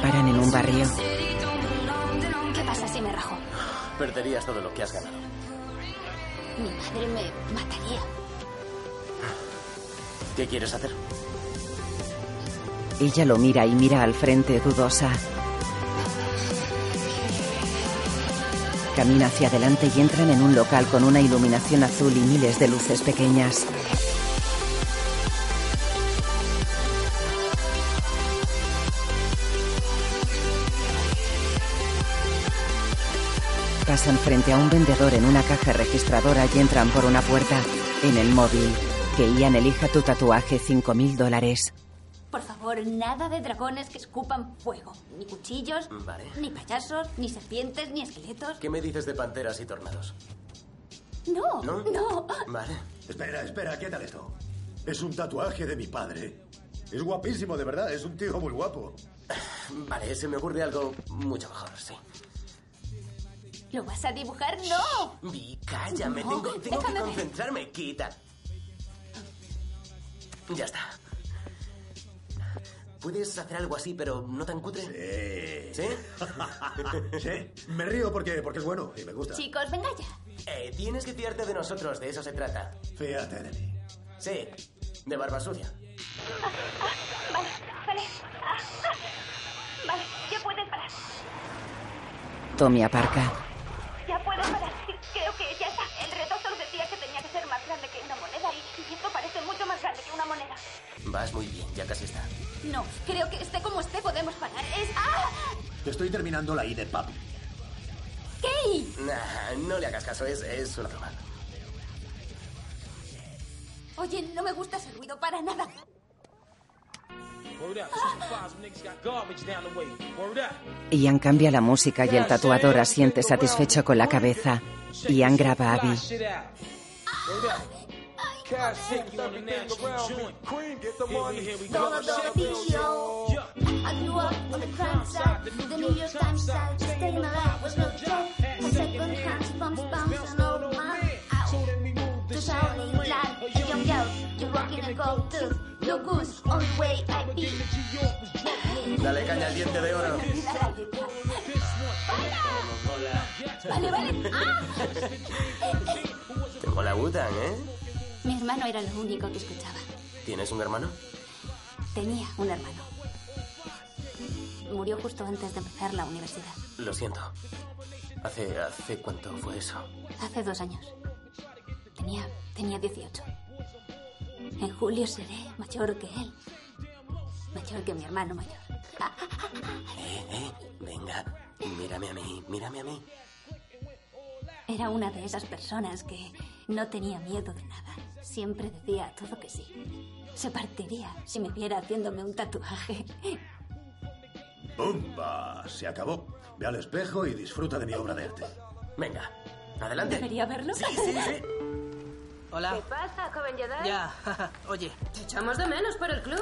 Speaker 1: Paran en un barrio.
Speaker 2: ¿Qué pasa si me rajo?
Speaker 13: Perderías todo lo que has ganado.
Speaker 2: Mi madre me mataría.
Speaker 13: ¿Qué quieres hacer?
Speaker 1: Ella lo mira y mira al frente dudosa. Camina hacia adelante y entran en un local con una iluminación azul y miles de luces pequeñas. Pasan frente a un vendedor en una caja registradora y entran por una puerta. En el móvil, que Ian elija tu tatuaje 5.000 dólares.
Speaker 7: Por favor, nada de dragones que escupan fuego. Ni cuchillos,
Speaker 13: Vale.
Speaker 7: ni payasos, ni serpientes, ni esqueletos.
Speaker 13: ¿Qué me dices de panteras y tornados?
Speaker 7: No,
Speaker 13: ¿No?
Speaker 7: no.
Speaker 13: Vale.
Speaker 19: Espera, espera, ¿qué tal esto? Es un tatuaje de mi padre. Es guapísimo, de verdad, es un tío muy guapo.
Speaker 13: Vale, se me ocurre algo mucho mejor, sí.
Speaker 2: ¿Lo vas a dibujar? ¡No!
Speaker 13: Vi, cállame,
Speaker 2: No,
Speaker 13: tengo, tengo que
Speaker 2: déjame ver.
Speaker 13: concentrarme, quita. Ya está. ¿Puedes hacer algo así, pero no tan cutre? Sí. ¿Sí?
Speaker 19: sí, me río porque, porque es bueno y me gusta.
Speaker 2: Chicos, venga ya.
Speaker 13: Eh, tienes que fiarte de nosotros, de eso se trata.
Speaker 19: Fíjate de mí.
Speaker 13: Sí, de barba sucia.
Speaker 18: Vale, ya puedes parar.
Speaker 1: Tommy aparca.
Speaker 18: Ya puedes parar. Creo que ya está. El reto solo decía que tenía que ser más grande que una
Speaker 13: muy bien, ya casi está.
Speaker 2: No, creo que esté como esté podemos parar. Es... ¡Ah!
Speaker 19: Te estoy terminando la I de papi.
Speaker 2: ¡Key!
Speaker 13: Nah, no le hagas caso, es, es una broma.
Speaker 2: Oye, no me gusta ese ruido para nada.
Speaker 17: Word up. Two fives, niggas got garbage down the way. Word up.
Speaker 1: Ian cambia la música y el tatuador asiente satisfecho con la cabeza. Ian graba a Abby.
Speaker 17: Shit out. Word up. Cash sick you on the natural joint. Cream, get the money. Here we go.
Speaker 7: Pues
Speaker 13: Dale caña al diente de oro.
Speaker 2: Vale, vale. ¡Ah!
Speaker 13: Te mola Butan, ¿eh?
Speaker 7: Mi hermano era lo único que escuchaba.
Speaker 13: ¿Tienes un hermano?
Speaker 7: Tenía un hermano. Murió justo antes de empezar la universidad,
Speaker 13: Lo siento. ¿Hace, hace cuánto fue eso?
Speaker 7: hace dos años. Tenía, tenía 18. En julio seré mayor que él. Mayor que mi hermano mayor.
Speaker 13: Eh, eh, venga, mírame a mí, mírame a mí.
Speaker 7: Era una de esas personas que no tenía miedo de nada. Siempre decía a todo que sí. Se partiría si me viera haciéndome un tatuaje.
Speaker 19: ¡Bumba! Se acabó. Ve al espejo y disfruta de mi obra de arte.
Speaker 13: Venga,
Speaker 2: ¿Debería verlo?
Speaker 13: Sí, sí, sí.
Speaker 11: Hola.
Speaker 16: pasa, joven Jedi?
Speaker 11: Ya, oye. Te
Speaker 16: echamos de menos por el club.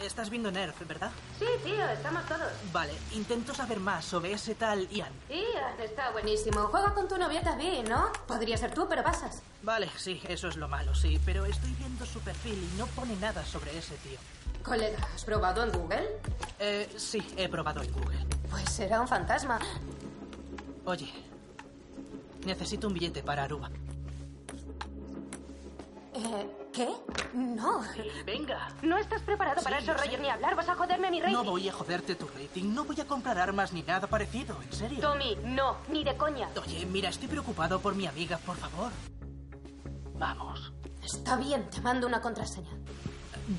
Speaker 11: estás viendo Nerf, ¿verdad?
Speaker 16: Sí, tío, estamos todos.
Speaker 11: Vale, intento saber más sobre ese tal Ian.
Speaker 16: Ian, está buenísimo. Juega con tu novieta B, ¿no? Podría ser tú, pero pasas.
Speaker 11: Vale, sí, eso es lo malo, sí, pero estoy viendo su perfil y no pone nada sobre ese tío.
Speaker 16: Colega, ¿has probado en Google?
Speaker 11: Eh, sí, he probado en Google.
Speaker 16: Pues será un fantasma.
Speaker 11: Oye, necesito un billete para Aruba.
Speaker 16: Eh, ¿Qué? No.
Speaker 11: venga.
Speaker 16: No estás preparado para
Speaker 11: Sí,
Speaker 16: eso,
Speaker 11: lo
Speaker 16: Roger,
Speaker 11: sé.
Speaker 16: ni hablar. Vas a joderme mi rey.
Speaker 11: No voy a joderte tu rating, no voy a comprar armas ni nada parecido, en serio.
Speaker 16: Tommy, no, ni de coña.
Speaker 11: Oye, mira, estoy preocupado por mi amiga, por favor. Vamos.
Speaker 16: Está bien, te mando una contraseña.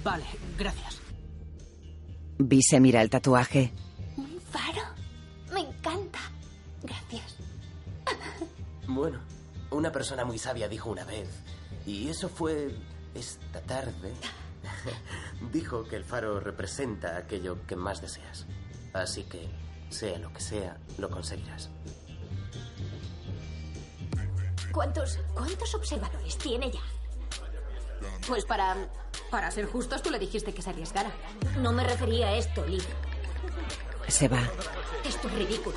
Speaker 11: Vale, gracias.
Speaker 1: Vi se mira el tatuaje.
Speaker 2: ¿Un faro? Me encanta. Gracias.
Speaker 13: Bueno, una persona muy sabia dijo una vez, y eso fue esta tarde, dijo que el faro representa aquello que más deseas. Así que, sea lo que sea, lo conseguirás.
Speaker 2: ¿Cuántos, cuántos observadores tiene ya?
Speaker 16: Pues para. Para ser justos, tú le dijiste que se arriesgara. No me refería a esto, Lee.
Speaker 1: Se va.
Speaker 16: Esto es ridículo.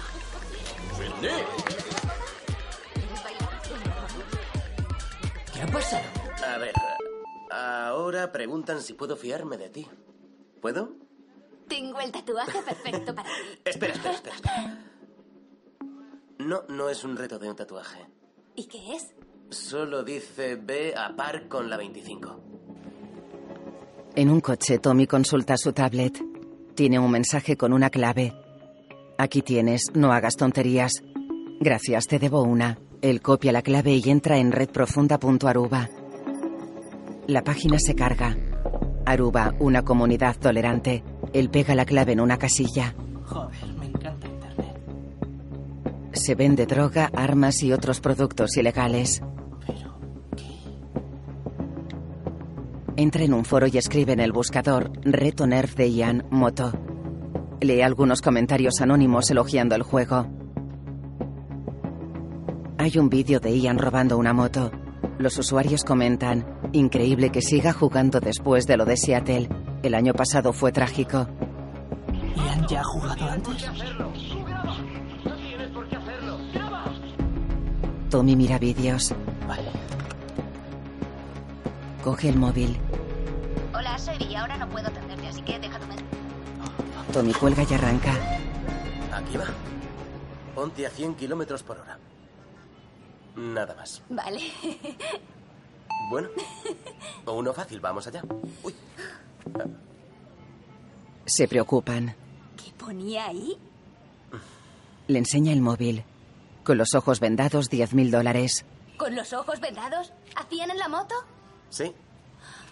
Speaker 13: ¿Qué ha pasado? A ver, ahora preguntan si puedo fiarme de ti. ¿Puedo?
Speaker 7: Tengo el tatuaje perfecto para ti.
Speaker 13: Espera, espera, espera. espera. No, no es un reto de un tatuaje.
Speaker 7: ¿Y qué es?
Speaker 13: Solo dice ve a par con la 25.
Speaker 1: En un coche, Tommy consulta su tablet. Tiene un mensaje con una clave. Aquí tienes, no hagas tonterías. Gracias, te debo una. Él copia la clave y entra en redprofunda.aruba. La página se carga. Aruba, una comunidad tolerante. Él pega la clave en una casilla.
Speaker 11: Joder, me encanta Internet.
Speaker 1: Se vende droga, armas y otros productos ilegales. Entra en un foro y escribe en el buscador Reto Nerf de Ian Moto. Lee algunos comentarios anónimos elogiando el juego. Hay un vídeo de Ian robando una moto. Los usuarios comentan, increíble que siga jugando después de lo de Seattle. El año pasado fue trágico.
Speaker 11: Ian ya ha jugado antes.
Speaker 1: Tommy mira vídeos. Coge el móvil.
Speaker 18: Hola, soy Villa. Ahora no puedo atenderte, así que deja tu mensaje.
Speaker 1: Tommy cuelga y arranca.
Speaker 13: Aquí va. Ponte a 100 kilómetros por hora. Nada más.
Speaker 7: Vale.
Speaker 13: Bueno, uno fácil, vamos allá.
Speaker 1: Se preocupan.
Speaker 7: ¿Qué ponía ahí?
Speaker 1: Le enseña el móvil. Con los ojos vendados, 10.000 dólares.
Speaker 7: ¿Con los ojos vendados? ¿Hacían en la moto?
Speaker 13: Sí,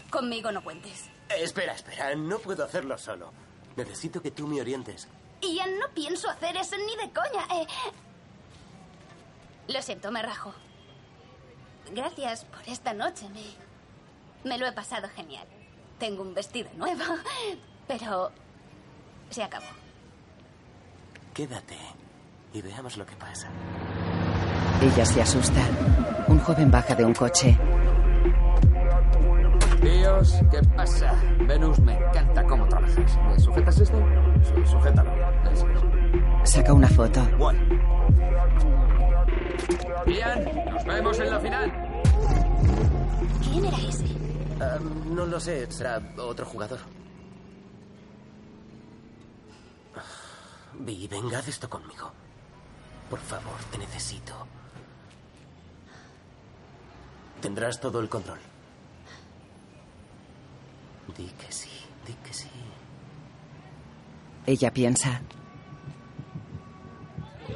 Speaker 7: Conmigo no cuentes.
Speaker 13: Espera, espera, no puedo hacerlo solo. Necesito que tú me orientes.
Speaker 20: Ian, no pienso hacer eso ni de coña. eh. Lo siento, me rajo. Gracias por esta noche. Me, me lo he pasado genial. Tengo un vestido nuevo, pero se acabó.
Speaker 13: Quédate y veamos lo que pasa.
Speaker 1: Ella se asusta. Un joven baja de un coche.
Speaker 15: Dios, ¿qué pasa? Venus, me encanta cómo trabajas. ¿Me sujetas esto? Sí, sujétalo. Eso
Speaker 1: Saca una foto.
Speaker 15: es. Ian, nos vemos en la final.
Speaker 20: ¿Quién era ese?
Speaker 13: Ah, no lo sé, será otro jugador. Vi, vengad esto conmigo. Por favor, te necesito. Tendrás todo el control. Di que sí, di que sí.
Speaker 1: Ella piensa.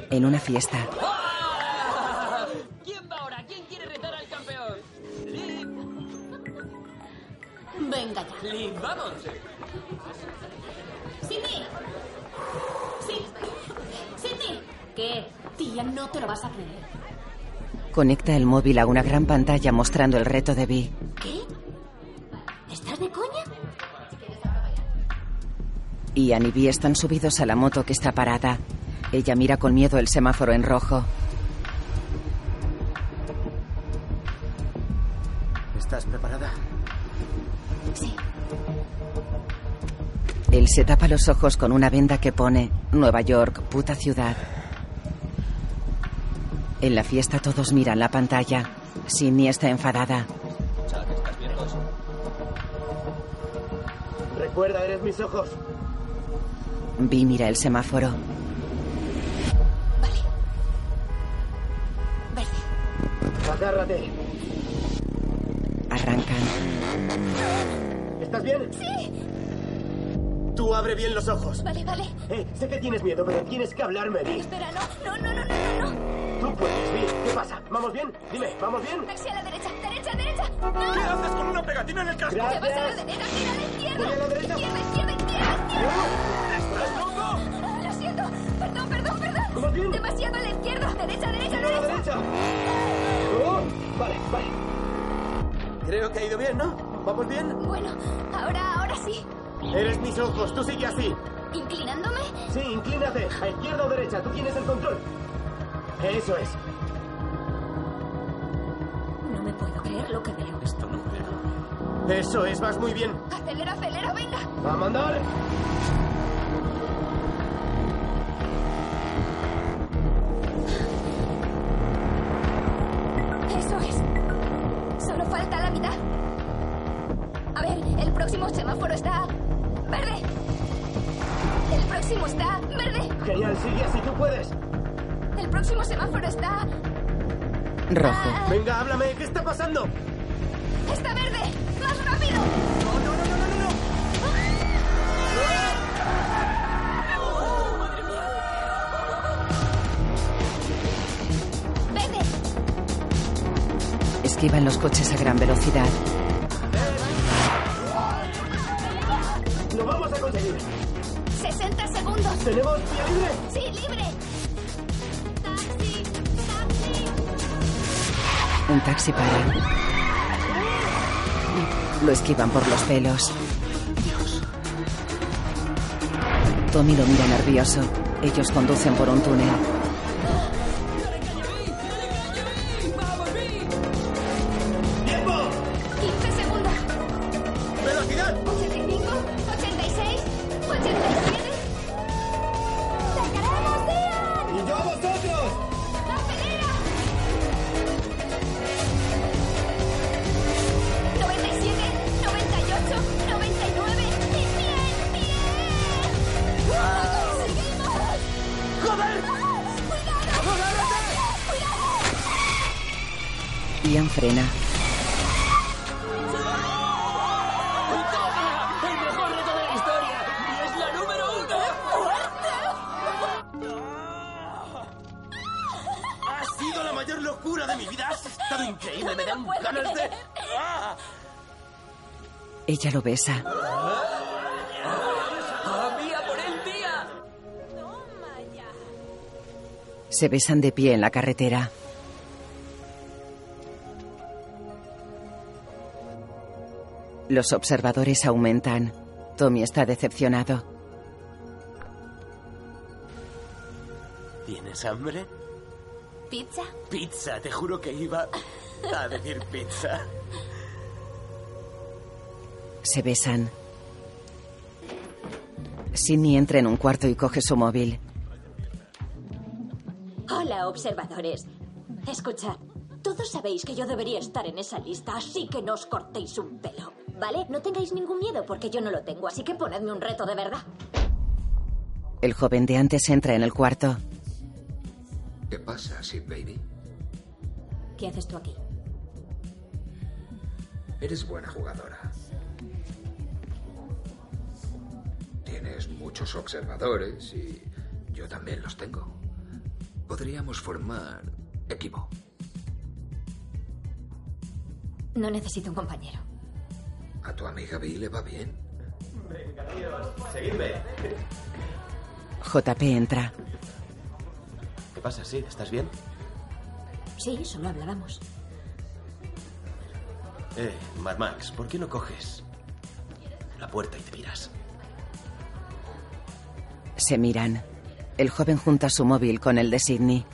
Speaker 1: En una fiesta,
Speaker 2: ¿Quién va ahora? ¿Quién quiere retar al campeón?
Speaker 21: Venga ya.
Speaker 15: vamos.
Speaker 21: ¡Sidney! ¡Sí! ¡Sidney! ¿Qué? Tía, no te lo vas a creer.
Speaker 1: conecta el móvil a una gran pantalla mostrando el reto de Vi.
Speaker 21: ¿Qué? ¿Estás de coña?
Speaker 1: Ian y Vi están subidos a la moto que está parada. Ella mira con miedo el semáforo en rojo.
Speaker 13: ¿Estás preparada?
Speaker 21: Sí.
Speaker 1: Él se tapa los ojos con una venda que pone Nueva York, puta ciudad. En la fiesta todos miran la pantalla. Sidney está enfadada.
Speaker 3: Recuerda, eres mis ojos.
Speaker 1: Vi mira el semáforo.
Speaker 3: Agárrate.
Speaker 1: Arrancan.
Speaker 3: ¿Estás bien? Sí. Tú abre bien los ojos.
Speaker 2: Vale, vale.
Speaker 3: Eh, sé que tienes miedo, pero tienes que hablarme, Vi.
Speaker 2: Espera, no, no, no, no, no, no.
Speaker 3: Tú puedes, Vi. ¿Qué pasa? ¿Vamos bien? Dime, ¿vamos bien?
Speaker 2: Taxi a la derecha, derecha, derecha. ¡No! ¿Qué haces con una pegatina en el
Speaker 3: casco?
Speaker 2: Te vas a la derecha, tira a la izquierda.
Speaker 3: Voy a la derecha.
Speaker 2: Izquierda, izquierda, izquierda, izquierda. ¡Estás loco! Lo siento. Perdón, perdón, perdón. Demasiado a la izquierda. Derecha, derecha, derecha.
Speaker 3: a la derecha! Oh, Vale, vale. Creo que ha ido bien, ¿no? ¿Vamos bien?
Speaker 2: Bueno, ahora, ahora sí.
Speaker 3: Eres mis ojos, tú sigue así.
Speaker 2: ¿Inclinándome?
Speaker 3: Sí, inclínate. A izquierda o derecha, tú tienes el control. Eso es.
Speaker 21: No me puedo creer lo que veo.
Speaker 3: Esto no Eso es, vas muy bien.
Speaker 2: Acelera, acelera, venga.
Speaker 3: ¡A mandar!
Speaker 2: Eso es. Solo falta la mitad. A ver, el próximo semáforo está verde. El próximo está verde.
Speaker 3: Genial, sigue así, tú puedes.
Speaker 2: El próximo semáforo está
Speaker 1: Rojo.
Speaker 3: Venga, háblame, ¿qué está pasando?
Speaker 2: está verde. Más rápido. ¡Oh! Verde.
Speaker 1: Esquivan los coches a gran velocidad.
Speaker 3: Lo vamos a conseguir.
Speaker 2: 60 segundos.
Speaker 3: ¿Tenemos vía libre?
Speaker 2: Sí, libre.
Speaker 1: Un taxi para. Lo esquivan por los pelos. Tommy lo mira nervioso. Ellos conducen por un túnel.
Speaker 3: ¡Tiempo!
Speaker 2: 15 segundos.
Speaker 3: ¡Velocidad!
Speaker 2: 85, 86, 87. ¡Sacaremos, Ian!
Speaker 3: ¡Y yo a vosotros!
Speaker 2: ¡Acelera! 97, 98, 99 y 100, 100. ¡Lo conseguimos! ¡Joder! ¡Cuidado!
Speaker 1: Ian frena.
Speaker 15: ¡El mejor reto de la historia! ¡Y es la número uno!
Speaker 22: Ha sido la mayor locura de mi vida. Has estado increíble. Me dan ganas de. ¡Ah!
Speaker 1: Ella lo besa.
Speaker 6: ¡Vía por el día!
Speaker 1: Se besan de pie en la carretera. Los observadores aumentan. Tommy está decepcionado.
Speaker 13: ¿Tienes hambre?
Speaker 2: ¿Pizza?
Speaker 13: Pizza, te juro que iba a decir pizza.
Speaker 1: Se besan. Sidney entra en un cuarto y coge su móvil.
Speaker 2: Hola, observadores. Escuchad, todos sabéis que yo debería estar en esa lista, así que no os cortéis un pelo. ¿Vale? No tengáis ningún miedo porque yo no lo tengo, así que ponedme un reto de verdad.
Speaker 1: El joven de antes entra en el cuarto.
Speaker 4: ¿Qué pasa, Sid Baby?
Speaker 2: ¿Qué haces tú aquí?
Speaker 4: Eres buena jugadora. Tienes muchos observadores y yo también los tengo. Podríamos formar equipo.
Speaker 2: No necesito un compañero.
Speaker 4: ¿A tu amiga Bill le va bien?
Speaker 10: Venga, tíos, seguidme.
Speaker 1: JP entra.
Speaker 13: ¿Qué pasa, Sid? ¿Estás bien?
Speaker 2: Sí, solo hablábamos.
Speaker 13: Eh, Mad Max, ¿por qué no coges la puerta y te miras?
Speaker 1: Se miran. El joven junta su móvil con el de Sidney.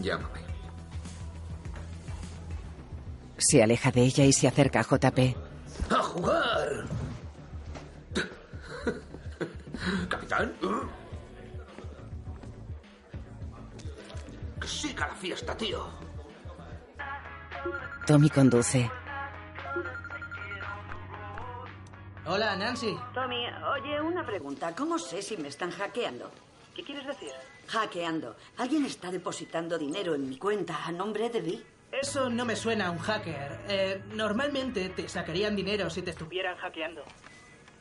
Speaker 4: Llámame.
Speaker 1: Se aleja de ella y se acerca a JP.
Speaker 10: ¡A jugar! ¿Capitán? ¡Que siga la fiesta, tío!
Speaker 1: Tommy conduce.
Speaker 11: Hola, Nancy.
Speaker 5: Tommy, oye, una pregunta. ¿Cómo sé si me están hackeando?
Speaker 18: ¿Qué quieres decir?
Speaker 5: Hackeando. Alguien está depositando dinero en mi cuenta a nombre de Bill.
Speaker 11: Eso no me suena a un hacker. Eh, normalmente te sacarían dinero si te estuvieran hackeando.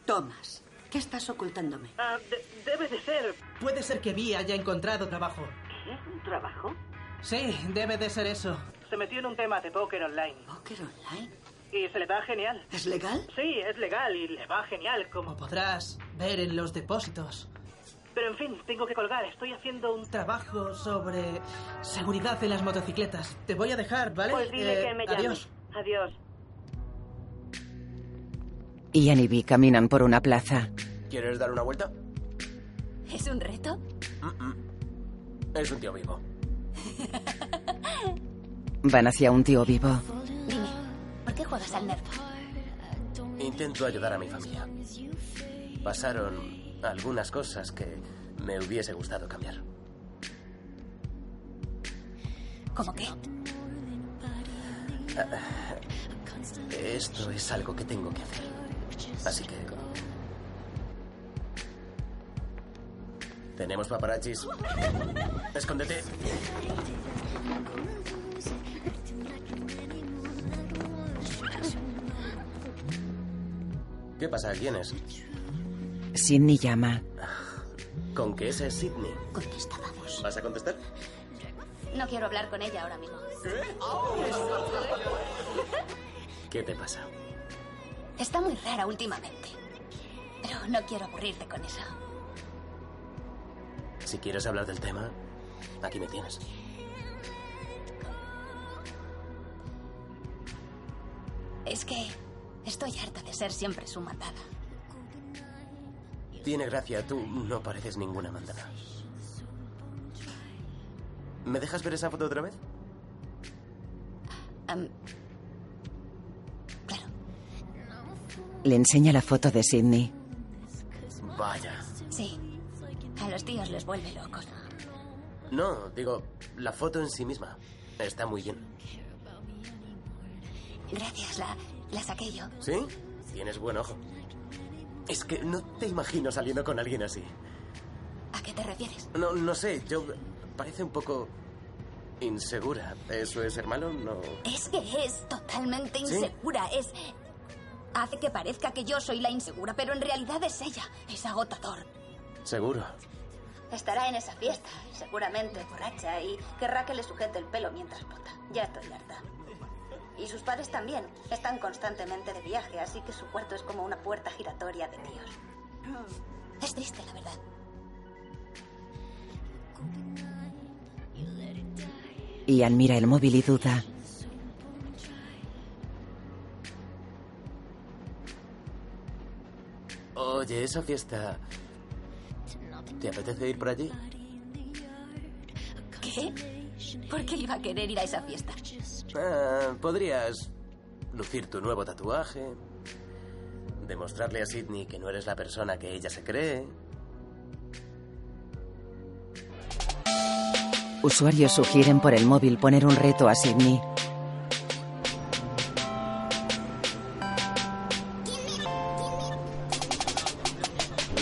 Speaker 5: Tomás, ¿qué estás ocultándome?
Speaker 18: Ah, de- debe de ser.
Speaker 11: Puede ser que Vi haya encontrado trabajo.
Speaker 18: ¿Qué? ¿Un trabajo?
Speaker 11: Sí, debe de ser eso.
Speaker 23: Se metió en un tema de póker online.
Speaker 5: ¿Póker online?
Speaker 23: Y se le va genial.
Speaker 5: ¿Es legal?
Speaker 23: Sí, es legal y le va genial como...
Speaker 11: Podrás ver en los depósitos.
Speaker 23: Pero en fin, tengo que colgar. Estoy haciendo un...
Speaker 11: Trabajo sobre seguridad en las motocicletas. Te voy a dejar, ¿vale?
Speaker 18: Pues dile
Speaker 11: Eh,
Speaker 18: que me llame.
Speaker 11: Adiós.
Speaker 18: Adiós.
Speaker 1: Ian y Vi caminan por una plaza.
Speaker 13: ¿Quieres dar una vuelta?
Speaker 2: ¿Es un reto?
Speaker 13: Es un tío vivo.
Speaker 1: Van hacia un tío vivo.
Speaker 2: Dime, ¿por qué juegas al nerd?
Speaker 13: Intento ayudar a mi familia. Pasaron algunas cosas que me hubiese gustado cambiar.
Speaker 2: ¿Cómo qué?
Speaker 13: Esto es algo que tengo que hacer. Así que... Tenemos paparachis. Escóndete. ¿Qué pasa? ¿Quién es?
Speaker 1: Sidney llama.
Speaker 13: ¿Con qué ese es Sidney?
Speaker 2: Contesta, vamos.
Speaker 13: ¿Vas a contestar?
Speaker 2: No quiero hablar con ella ahora mismo.
Speaker 13: ¿Qué te pasa?
Speaker 2: Está muy rara últimamente. Pero no quiero aburrirte con eso.
Speaker 13: Si quieres hablar del tema, aquí me tienes.
Speaker 2: Es que estoy harta de ser siempre su mandada.
Speaker 13: Tiene gracia, tú no pareces ninguna mandada. ¿Me dejas ver esa foto otra vez?
Speaker 2: Am,
Speaker 1: Le enseña la foto de Sidney.
Speaker 13: Vaya.
Speaker 2: sí, a los tíos les vuelve locos.
Speaker 13: No, digo, la foto en sí misma. Está muy bien.
Speaker 2: Gracias, la, la saqué yo.
Speaker 13: ¿Sí? Tienes buen ojo. Es que no te imagino saliendo con alguien así.
Speaker 2: ¿A qué te refieres?
Speaker 13: No, no sé, yo... Parece un poco... insegura. ¿Eso es, hermano? No...
Speaker 2: Es que es totalmente insegura. Es. Hace que parezca que yo soy la insegura, pero en realidad es ella. Es agotador.
Speaker 13: Seguro.
Speaker 2: Estará en esa fiesta, seguramente borracha, y querrá que le sujete el pelo mientras vota. Ya estoy harta. Y sus padres también. Están constantemente de viaje, así que su cuarto es como una puerta giratoria de tíos. Es triste, la verdad.
Speaker 1: Ian mira el móvil y duda.
Speaker 24: Oye, esa fiesta. ¿Te apetece ir por allí?
Speaker 2: ¿Qué? ¿Por qué iba a querer ir a esa fiesta?
Speaker 24: Ah, podrías lucir tu nuevo tatuaje, demostrarle a Sidney que no eres la persona que ella se cree.
Speaker 1: Usuarios sugieren por el móvil poner un reto a Sidney.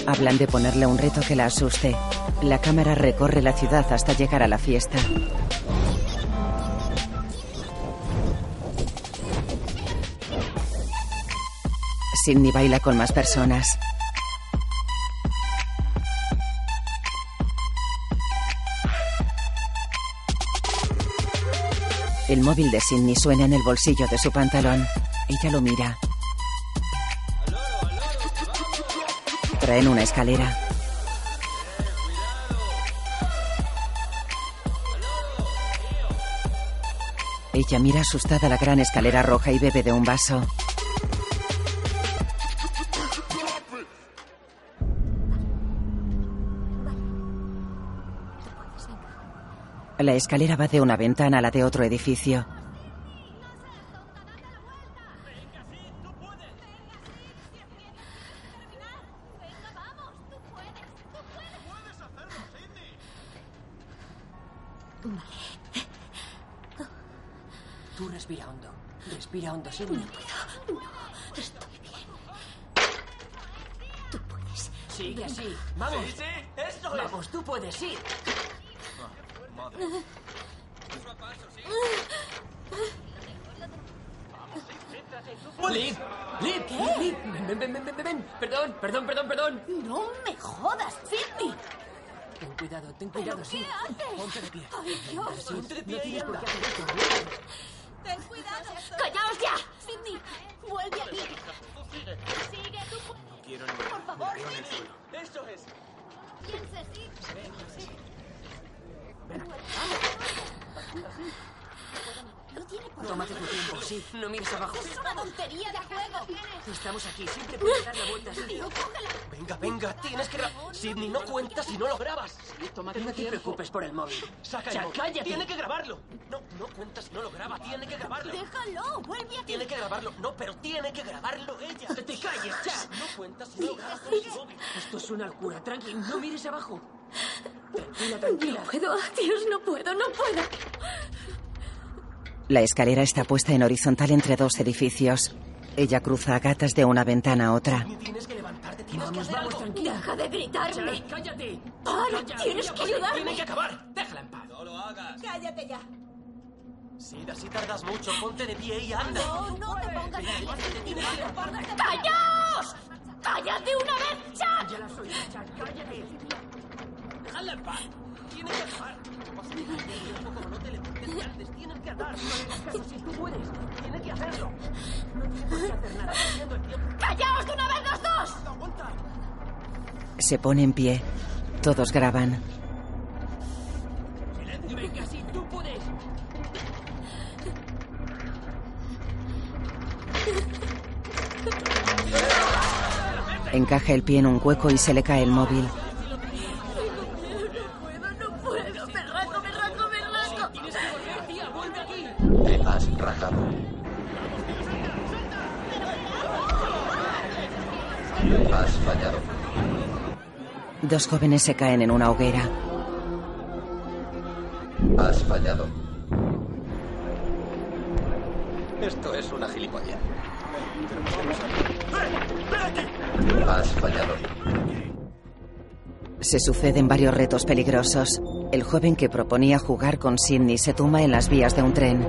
Speaker 1: Hablan de ponerle un reto que la asuste. La cámara recorre la ciudad hasta llegar a la fiesta. Sidney baila con más personas. El móvil de Sidney suena en el bolsillo de su pantalón. Ella lo mira. Traen una escalera. Ella mira asustada la gran escalera roja y bebe de un vaso. La escalera va de una ventana a la de otro edificio.
Speaker 3: Tú respira hondo. Respira hondo, Sidney. No puedo.
Speaker 2: No, estoy bien.
Speaker 3: Tú puedes. Sigue así.
Speaker 8: Vamos.
Speaker 3: Vamos.
Speaker 8: Sí, sí, eso es.
Speaker 3: Vamos, tú puedes ir.
Speaker 8: Madre.
Speaker 3: Liz, Liz, Liz, ven, ven, ven, ven, ven, ven. Perdón, perdón, perdón, perdón.
Speaker 2: No me jodas, Sidney.
Speaker 3: Ten cuidado, ten cuidado, sí. Ponte de pie.
Speaker 2: Ay, Dios.
Speaker 3: Sí,
Speaker 2: Ponte de
Speaker 3: No
Speaker 2: pie,
Speaker 3: tienes por qué hacer esto.
Speaker 5: Ten cuidado.
Speaker 2: ¡Callaos ya!
Speaker 5: Sidney, vuelve aquí. Sigue, tú puedes.
Speaker 13: No quiero ni
Speaker 5: Por favor,
Speaker 13: en
Speaker 5: Sidney.
Speaker 13: el suelo.
Speaker 8: Eso es.
Speaker 5: Piensa, sí. Sí.
Speaker 3: Tómate tu tiempo, sí. No mires abajo.
Speaker 5: Es una tontería de juego.
Speaker 3: Estamos aquí, siempre puedes dar la vuelta, sí.
Speaker 13: Venga, venga, tienes que... gra- Sidney, no cuentas si no lo grabas.
Speaker 3: No te preocupes por el móvil.
Speaker 13: Saca el
Speaker 3: Ya,
Speaker 13: móvil.
Speaker 3: cállate.
Speaker 13: Tiene que grabarlo. No, no cuentas si no lo graba. Tiene que grabarlo.
Speaker 5: Déjalo, vuelve aquí.
Speaker 13: Tiene que grabarlo. No, pero tiene que grabarlo ella.
Speaker 3: ¡Que te calles, ya!
Speaker 13: No cuentas si no lo grabas.
Speaker 3: Esto es una locura. Tranqui, no mires abajo. Tranquila, tranquila.
Speaker 5: No puedo, Dios, no puedo, no puedo.
Speaker 1: La escalera está puesta en horizontal entre dos edificios. Ella cruza a gatas de una ventana a otra.
Speaker 3: Tienes que levantarte, tienes vamos, que hacer vamos, tranquila.
Speaker 5: Deja de gritarme.
Speaker 3: Ya, ¡Cállate!
Speaker 5: Para,
Speaker 3: Cállate,
Speaker 5: tienes
Speaker 3: ya,
Speaker 5: que
Speaker 3: porque
Speaker 5: ayudarme.
Speaker 3: Tiene que acabar. Déjala en paz.
Speaker 13: No lo hagas.
Speaker 5: Cállate ya.
Speaker 13: Sid, así tardas mucho. Ponte de pie y anda.
Speaker 5: No, Pues, no te pongas aquí. ¡Callaos! ¡Cállate una vez, Chad!
Speaker 3: Ya la soy, ya, cállate. Déjala en paz. Tienes que acabar. Como no te levantes grandes, tienes que atar. No le hagas caso si tú puedes. Tienes que hacerlo. No tienes por qué hacer nada. Perdiendo el tiempo.
Speaker 5: ¡Callaos de una vez los dos!
Speaker 3: Aguanta.
Speaker 1: Se pone en pie. Todos graban.
Speaker 3: Silencio. Venga, si tú puedes.
Speaker 1: Encaja el pie en un hueco y se le cae el móvil.
Speaker 5: Puedo, me rasgo, me rasgo, me rasgo.
Speaker 4: Te has rajado. Has fallado.
Speaker 1: Dos jóvenes se caen en una hoguera.
Speaker 4: Has fallado.
Speaker 13: Esto es una gilipollez.
Speaker 4: Has fallado.
Speaker 1: Se suceden varios retos peligrosos. El joven que proponía jugar con Sidney se tumba en las vías de un tren.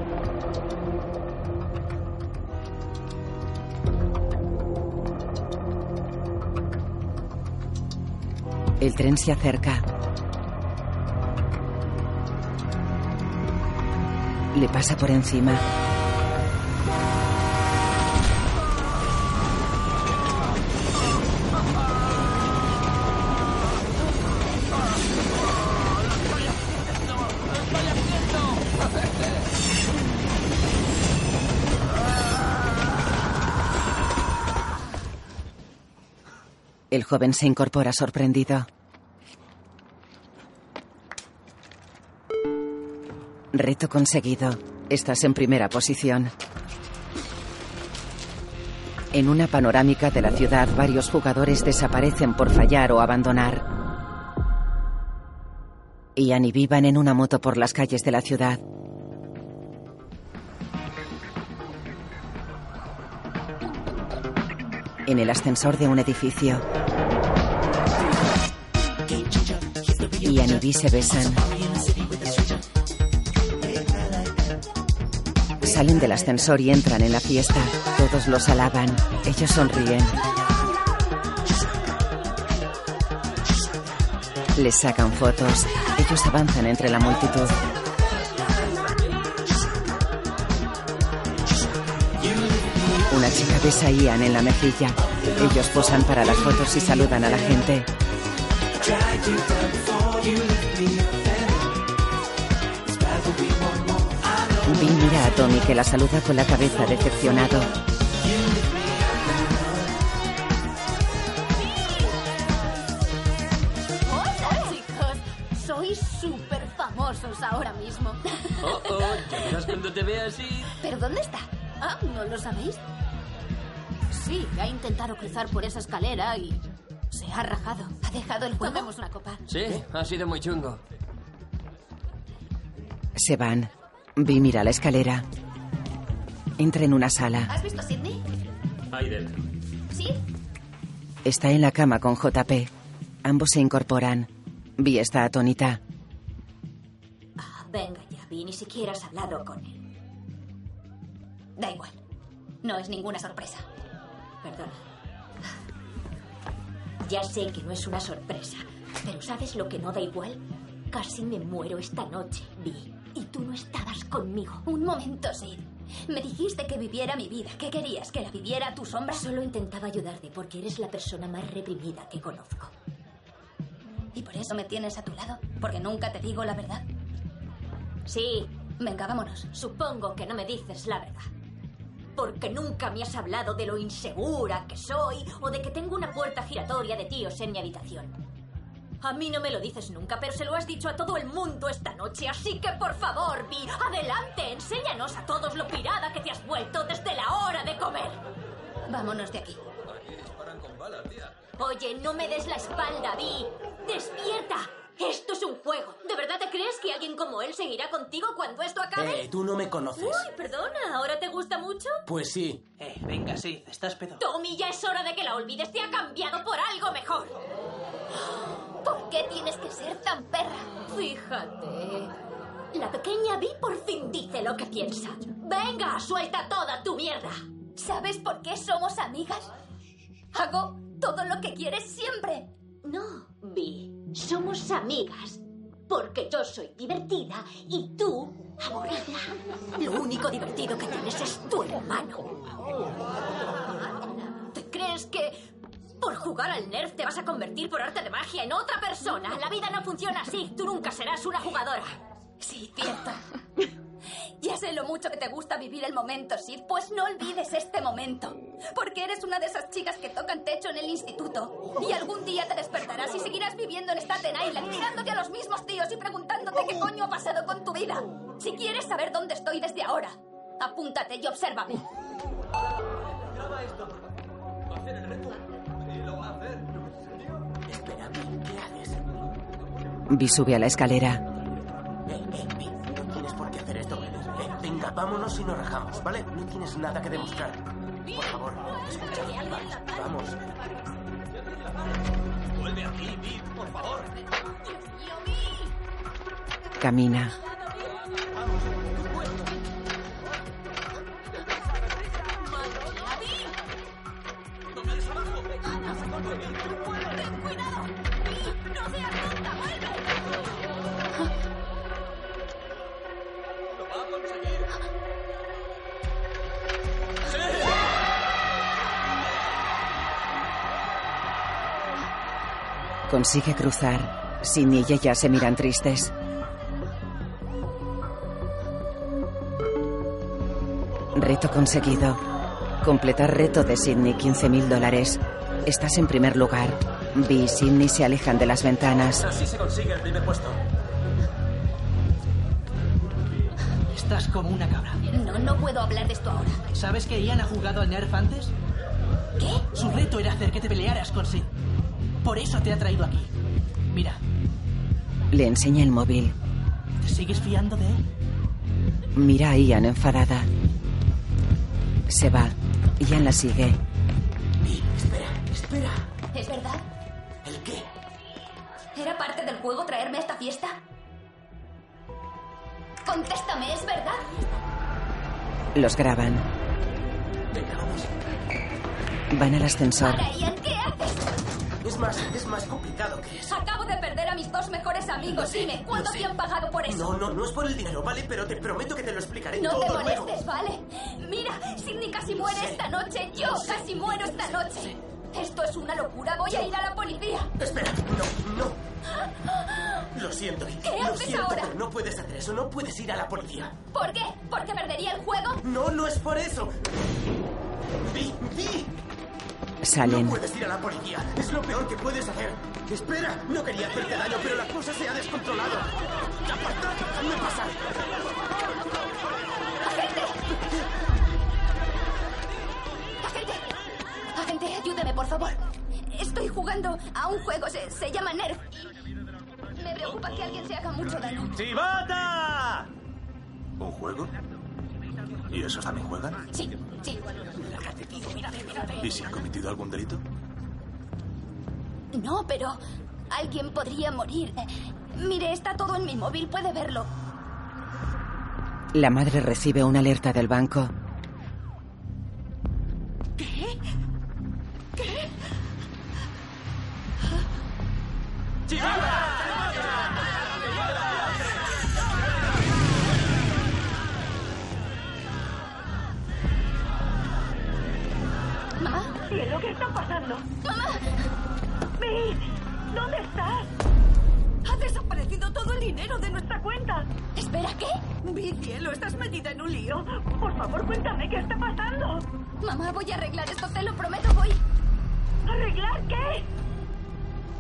Speaker 1: El tren se acerca. Le pasa por encima. El joven se incorpora sorprendido. Reto conseguido. Estás en primera posición. En una panorámica de la ciudad, varios jugadores desaparecen por fallar o abandonar. Ian y vivan en una moto por las calles de la ciudad. En el ascensor de un edificio. Ian y Vi se besan. Salen del ascensor y entran en la fiesta. Todos los alaban. Ellos sonríen. Les sacan fotos. Ellos avanzan entre la multitud. Una chica besa a Ian en la mejilla. Ellos posan para las fotos y saludan a la gente. Bill mira a Tommy que la saluda con la cabeza decepcionado.
Speaker 25: Hola, chicos. Sois súper famosos ahora mismo.
Speaker 3: Oh, oh, ya verás cuando te vea así.
Speaker 25: ¿Pero dónde está? Ah, ¿no lo sabéis? Sí, ha intentado cruzar por esa escalera y se ha rajado. Ha dejado el juego. Tomemos una copa.
Speaker 3: Sí, ha sido muy chungo.
Speaker 1: Se van. Vi mira la escalera. Entra en una sala.
Speaker 25: ¿Has visto a Sidney?
Speaker 26: Ahí dentro.
Speaker 25: ¿Sí?
Speaker 1: Está en la cama con JP. Ambos se incorporan. Vi está atónita.
Speaker 27: Ah, venga ya, Vi, ni siquiera has hablado con él. Da igual. No es ninguna sorpresa.
Speaker 2: Perdona. Ya sé que no es una sorpresa, pero ¿sabes lo que no da igual? Casi me muero esta noche, Vi.
Speaker 25: Y tú no estabas conmigo. Un momento, Sid. Me dijiste que viviera mi vida. ¿Qué querías? ¿Que la viviera a tu sombra?
Speaker 2: Solo intentaba ayudarte porque eres la persona más reprimida que conozco.
Speaker 27: ¿Y por eso me tienes a tu lado? ¿Porque nunca te digo la verdad?
Speaker 2: Sí,
Speaker 27: Venga, vámonos.
Speaker 2: supongo que no me dices la verdad. Porque nunca me has hablado de lo insegura que soy o de que tengo una puerta giratoria de tíos en mi habitación. A mí no me lo dices nunca, pero se lo has dicho a todo el mundo esta noche, así que por favor, Vi, adelante, enséñanos a todos lo pirada que te has vuelto desde la hora de comer.
Speaker 27: Vámonos de aquí.
Speaker 2: Oye, no me des la espalda, Vi. ¡Despierta! Esto es un juego. ¿De verdad te crees que alguien como él seguirá contigo cuando esto acabe?
Speaker 13: Eh, tú no me conoces.
Speaker 2: Uy, perdona, ¿ahora te gusta mucho?
Speaker 13: Pues sí.
Speaker 28: Eh, venga, sí, estás pedo.
Speaker 2: Tommy, ya es hora de que la olvides. Te ha cambiado por algo mejor.
Speaker 25: ¿Por qué tienes que ser tan perra?
Speaker 2: Fíjate. La pequeña Vi por fin dice lo que piensa. Venga, suelta toda tu mierda.
Speaker 25: ¿Sabes por qué somos amigas? Hago todo lo que quieres siempre.
Speaker 2: No, Vi. Somos amigas. Porque yo soy divertida y tú aburrida. Lo único divertido que tienes es tu hermano.
Speaker 25: ¿Te crees que por jugar al Nerf te vas a convertir por arte de magia en otra persona? La vida no funciona así. Tú nunca serás una jugadora.
Speaker 27: Sí, cierto. Ya sé lo mucho que te gusta vivir el momento, Sid, pues no olvides este momento. Porque eres una de esas chicas que tocan techo en el instituto. Y algún día te despertarás y seguirás viviendo en Staten Island, mirándote a los mismos tíos y preguntándote qué coño ha pasado con tu vida. Si quieres saber dónde estoy desde ahora, apúntate y obsérvame.
Speaker 15: Graba esto. Va a hacer el reto. Y lo va a hacer. Espera, ¿qué haces?
Speaker 1: Vi sube a la escalera.
Speaker 13: Eh, eh, Vi, no tienes por qué hacer esto, Weber. Eh, venga, vámonos y nos rajamos, ¿vale? No tienes nada que demostrar. Por favor, escucha. Vamos, vamos.
Speaker 15: Vuelve aquí, Viv, por favor.
Speaker 1: Camina.
Speaker 3: conseguir.
Speaker 1: Consigue cruzar. Sidney y ella se miran tristes. Reto conseguido. Completar reto de Sidney 15.000 dólares. Estás en primer lugar. Vi y Sidney se alejan de las ventanas.
Speaker 15: Así se consigue el primer puesto.
Speaker 11: Estás como una cabra.
Speaker 2: No, no puedo hablar de esto ahora.
Speaker 11: ¿Sabes que Ian ha jugado al Nerf antes?
Speaker 2: ¿Qué?
Speaker 11: Su reto era hacer que te pelearas con Sid. Por eso te ha traído aquí. Mira,
Speaker 1: Le enseña el móvil.
Speaker 11: ¿te sigues fiando de él?
Speaker 1: Mira a Ian enfadada. Se va. Ian la sigue.
Speaker 2: Espera, espera. ¿Es verdad? ¿El qué? ¿Era parte del juego traerme a esta fiesta? Contéstame, ¿es verdad?
Speaker 1: Los graban. Van al ascensor.
Speaker 2: Para, Ian, ¿qué haces?
Speaker 13: Es más, es más complicado que eso.
Speaker 2: Acabo de perder a mis dos mejores amigos.
Speaker 13: Lo sé,
Speaker 2: Dime,
Speaker 13: lo
Speaker 2: ¿cuánto
Speaker 13: sé.
Speaker 2: te han pagado por eso?
Speaker 13: No, no, no es por el dinero, ¿vale? Pero te prometo que te lo explicaré
Speaker 2: No
Speaker 13: todo
Speaker 2: te
Speaker 13: luego.
Speaker 2: molestes, ¿vale? Mira, Sidney casi muere esta noche. Yo casi muero esta noche. Esto es una locura. Voy a ir a la policía.
Speaker 13: Espera, no, no. Lo siento, Lily,
Speaker 2: ¿Qué
Speaker 13: lo
Speaker 2: haces
Speaker 13: siento,
Speaker 2: ahora?
Speaker 13: pero no puedes hacer eso, no puedes ir a la policía.
Speaker 2: ¿Por qué? ¿Porque perdería el juego?
Speaker 13: No, no es por eso. Vi, vi,
Speaker 1: Salen.
Speaker 13: no puedes ir a la policía, es lo peor que puedes hacer. Espera, no quería hacerte daño, pero la cosa se ha descontrolado. Apartad, dejadme pasar.
Speaker 2: ¡Agente! ¡Agente, ayúdeme, por favor! Estoy jugando a un juego, se, se llama Nerf. Me preocupa que alguien se haga mucho daño.
Speaker 29: ¡Chivata! ¿Un juego? ¿Y esos también juegan?
Speaker 2: Sí, sí.
Speaker 29: ¿Y si ha cometido algún delito?
Speaker 2: No, pero alguien podría morir. Eh, Mire, está todo en mi móvil, puede verlo.
Speaker 1: La madre recibe una alerta del banco.
Speaker 2: ¿Qué? ¿Qué?
Speaker 3: ¿Mamá? Cielo, ¿qué está pasando?
Speaker 2: ¡Mamá!
Speaker 3: ¡Bill! ¿Dónde estás? Ha desaparecido todo el dinero de nuestra cuenta.
Speaker 2: ¿Espera
Speaker 3: qué? Mi cielo, estás metida en un lío. Por favor, cuéntame qué está pasando.
Speaker 2: Mamá, voy a arreglar esto, te lo prometo, voy.
Speaker 3: ¿Arreglar qué?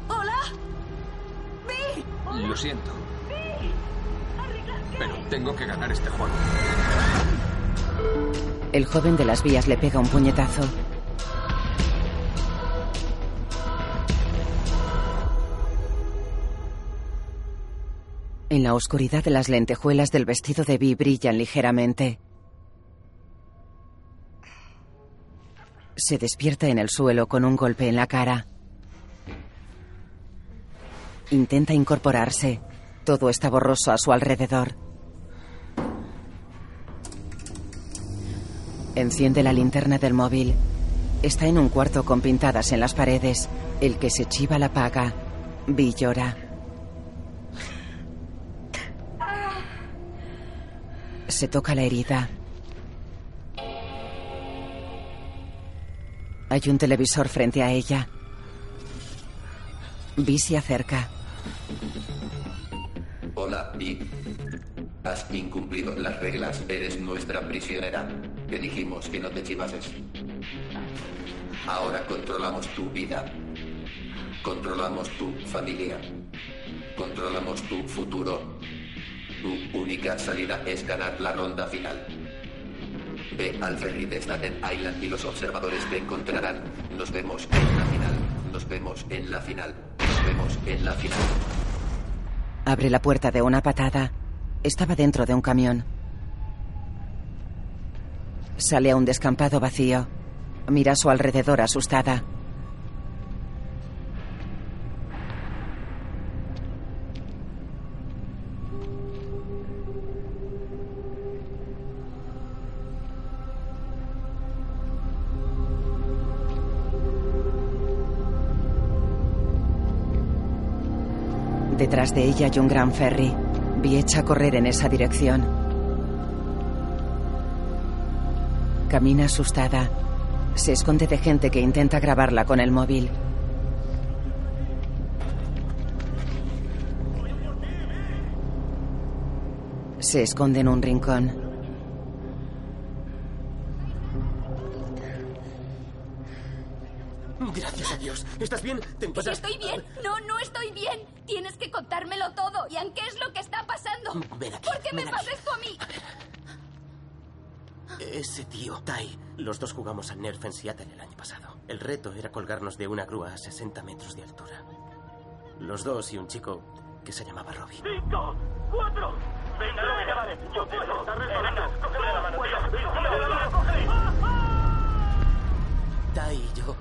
Speaker 2: ¡Hola!
Speaker 3: ¡Bill!
Speaker 15: Lo siento,
Speaker 3: ¡Bill!
Speaker 15: pero tengo que ganar este juego.
Speaker 1: El joven de las vías le pega un puñetazo. En la oscuridad las lentejuelas del vestido de Vi brillan ligeramente. Se despierta en el suelo con un golpe en la cara. Intenta incorporarse. Todo está borroso a su alrededor. Enciende la linterna del móvil. Está en un cuarto con pintadas en las paredes. El que se chiva la paga. Vi llora. Se toca la herida. Hay un televisor frente a ella. Vi se acerca.
Speaker 4: Hola, Vi. Has incumplido las reglas, eres nuestra prisionera. Te dijimos que no te chivases. Ahora controlamos tu vida. Controlamos tu familia. Controlamos tu futuro. Tu única salida es ganar la ronda final. Ve al ferry de Staten Island y los observadores te encontrarán. Nos vemos en la final. Nos vemos en la final. Nos vemos en la final.
Speaker 1: Abre la puerta de una patada. Estaba dentro de un camión. Sale a un descampado vacío. Mira a su alrededor asustada. Detrás de ella hay un gran ferry. Vi echa a correr en esa dirección. Camina asustada. Se esconde de gente que intenta grabarla con el móvil. Se esconde en un rincón.
Speaker 10: Gracias a Dios. ¿Estás bien? ¿Te encuentras?
Speaker 2: Pues Estoy bien. No, no estoy bien. Tienes que contármelo todo. ¿Y qué es lo que está pasando?
Speaker 10: Mm, Ven aquí,
Speaker 2: ¿Por qué me
Speaker 10: ven
Speaker 2: pasa esto a mí?
Speaker 13: Ese tío, Tai. Los dos jugamos al Nerf en Seattle el año pasado. El reto era colgarnos de una grúa a 60 metros de altura. Los dos y un chico que se llamaba Robbie.
Speaker 3: ¡Cinco! ¡Cuatro! ¡Venga, no me chavales! ¡Yo puedo! ¡Está resbalando! ¡Cógele la mano, tío! ¡Cógele la mano, cógele!
Speaker 13: Tai y yo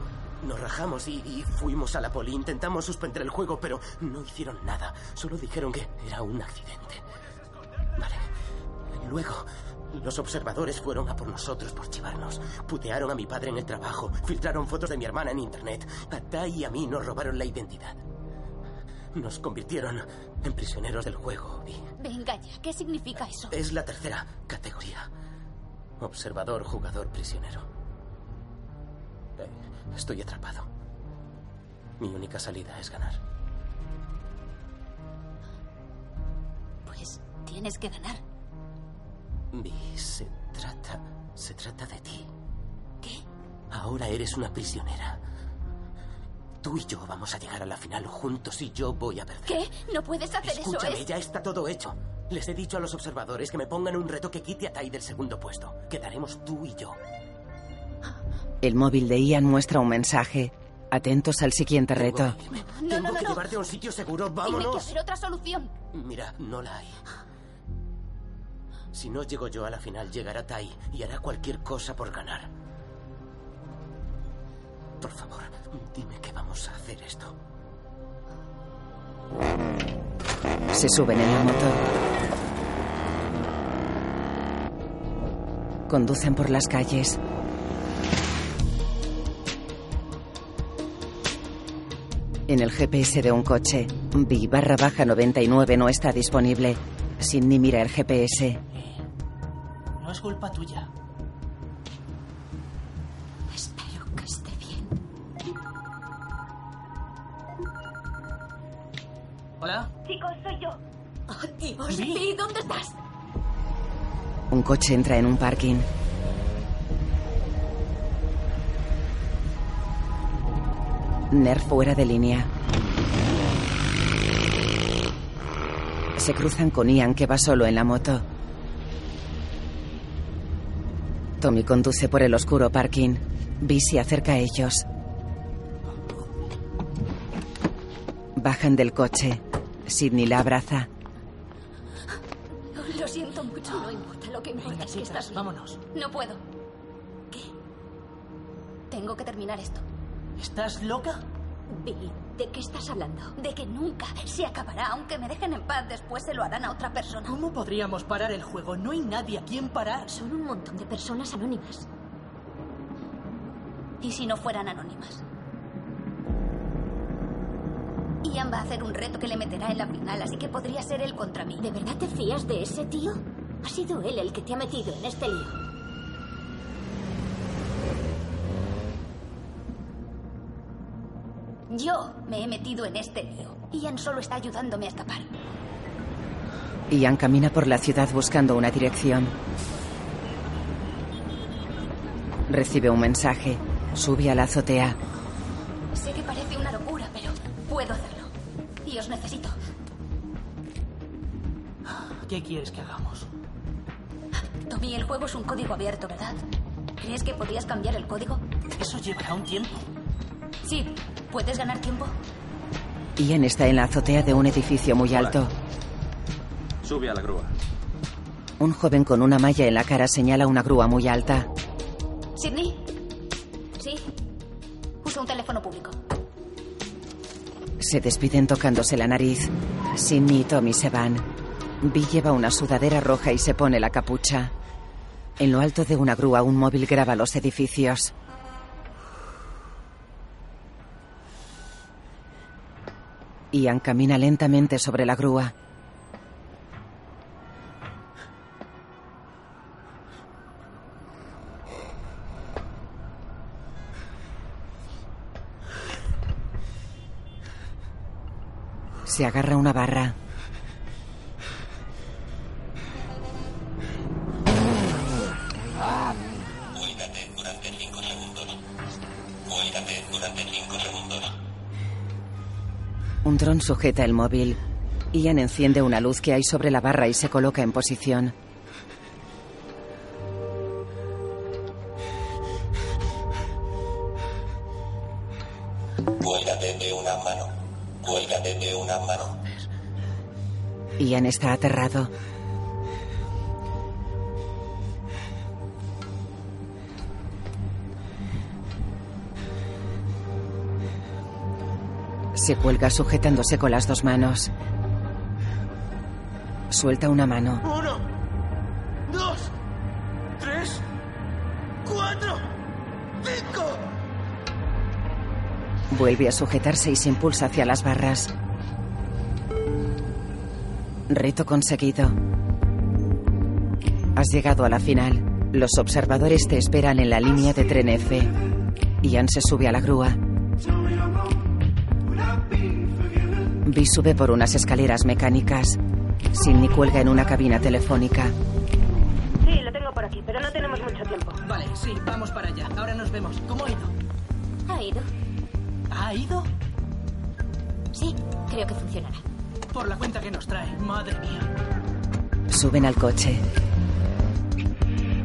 Speaker 13: nos rajamos y, y fuimos a la poli. Intentamos suspender el juego, pero no hicieron nada. Solo dijeron que era un accidente. Vale. Luego, los observadores fueron a por nosotros por chivarnos. Putearon a mi padre en el trabajo. Filtraron fotos de mi hermana en internet. A Tai y a mí nos robaron la identidad. Nos convirtieron en prisioneros del juego. Y
Speaker 2: Venga ya, ¿qué significa eso?
Speaker 10: Eh.
Speaker 13: es la tercera categoría. Observador, jugador, prisionero. Eh, Estoy atrapado. Mi única salida es ganar.
Speaker 2: Pues tienes que ganar.
Speaker 13: Vi, se trata. Se trata de ti. ¿Qué? Ahora eres una prisionera. Tú y yo vamos a llegar a la final juntos y yo voy a perder.
Speaker 2: ¿Qué? No puedes hacer
Speaker 13: Escúchame,
Speaker 2: eso.
Speaker 13: ya está todo hecho. Les he dicho a los observadores que me pongan un reto que quite a Tai del segundo puesto. Quedaremos tú y yo.
Speaker 1: El móvil de Ian muestra un mensaje. Atentos al siguiente reto.
Speaker 2: Es... No, no,
Speaker 13: Tengo
Speaker 2: no,
Speaker 13: que
Speaker 2: no.
Speaker 13: llevarte a un sitio seguro.
Speaker 2: Tiene que
Speaker 13: ¡Vámonos!
Speaker 2: haber otra solución.
Speaker 13: Mira, no la hay. Si no llego yo a la final, llegará Tai y hará cualquier cosa por ganar. Por favor, dime que vamos a hacer esto.
Speaker 1: Se suben en la moto. Conducen por las calles. En el GPS de un coche, B barra baja 99 no está disponible. Sidney mira el GPS.
Speaker 11: No es culpa tuya.
Speaker 2: Espero que esté bien.
Speaker 11: Hola.
Speaker 2: Chicos, soy yo. Oh, Dios, ¿y dónde estás?
Speaker 1: Un coche entra en un parking. Nerf fuera de línea. Se cruzan con Ian que va solo en la moto. Tommy conduce por el oscuro parking. Vi se acerca a ellos. Bajan del coche. Sidney la abraza.
Speaker 2: Lo siento mucho, no importa. Lo que importa es que estás bien.
Speaker 11: Vámonos.
Speaker 2: No puedo. ¿Qué? Tengo que terminar esto.
Speaker 11: ¿Estás loca?
Speaker 2: Vi, ¿de qué estás hablando? De que nunca se acabará. Aunque me dejen en paz, después se lo harán a otra persona.
Speaker 11: ¿Cómo podríamos parar el juego? No hay nadie a quien parar.
Speaker 2: Son un montón de personas anónimas. ¿Y si no fueran anónimas? Ian va a hacer un reto que le meterá en la final, así que podría ser él contra mí.
Speaker 18: ¿De verdad te fías de ese tío? Ha sido él el que te ha metido en este lío.
Speaker 2: Yo me he metido en este lío. Ian solo está ayudándome a escapar.
Speaker 1: Ian camina por la ciudad buscando una dirección. Recibe un mensaje. Sube a la azotea.
Speaker 2: Sé que parece una locura, pero puedo hacerlo. Y os necesito.
Speaker 11: ¿Qué quieres que hagamos?
Speaker 2: Tommy, el juego es un código abierto, ¿verdad? ¿Crees que podrías cambiar el código?
Speaker 11: Eso llevará un tiempo.
Speaker 2: Sí. ¿Puedes ganar tiempo?
Speaker 1: Ian está en la azotea de un edificio muy alto.
Speaker 15: Sube a la grúa.
Speaker 1: Un joven con una malla en la cara señala una grúa muy alta.
Speaker 2: ¿Sidney? Sí. Usa un teléfono público.
Speaker 1: Se despiden tocándose la nariz. Sidney y Tommy se van. Vi lleva una sudadera roja y se pone la capucha. En lo alto de una grúa un móvil graba los edificios. Ian camina lentamente sobre la grúa. Se agarra una barra.
Speaker 4: Cuélgate durante 5 segundos. Cuélgate durante 5 segundos.
Speaker 1: Un dron sujeta el móvil. Ian enciende una luz que hay sobre la barra y se coloca en posición.
Speaker 4: Cuélgate de una mano. Cuélgate de una mano.
Speaker 1: Ian está aterrado. Se cuelga sujetándose con las dos manos. Suelta una mano.
Speaker 10: Uno, dos, tres, cuatro, cinco.
Speaker 1: Vuelve a sujetarse y se impulsa hacia las barras. Reto conseguido. Has llegado a la final. Los observadores te esperan en la línea de tren F. Ian se sube a la grúa. Vi sube por unas escaleras mecánicas. Sidney cuelga en una cabina telefónica.
Speaker 23: Sí, lo tengo por aquí, pero no tenemos mucho tiempo.
Speaker 11: Vale, sí, vamos para allá. Ahora nos vemos. ¿Cómo ha ido?
Speaker 18: Ha ido.
Speaker 11: ¿Ha ido?
Speaker 18: Sí, creo que funcionará.
Speaker 11: Por la cuenta que nos trae. Madre mía.
Speaker 1: Suben al coche.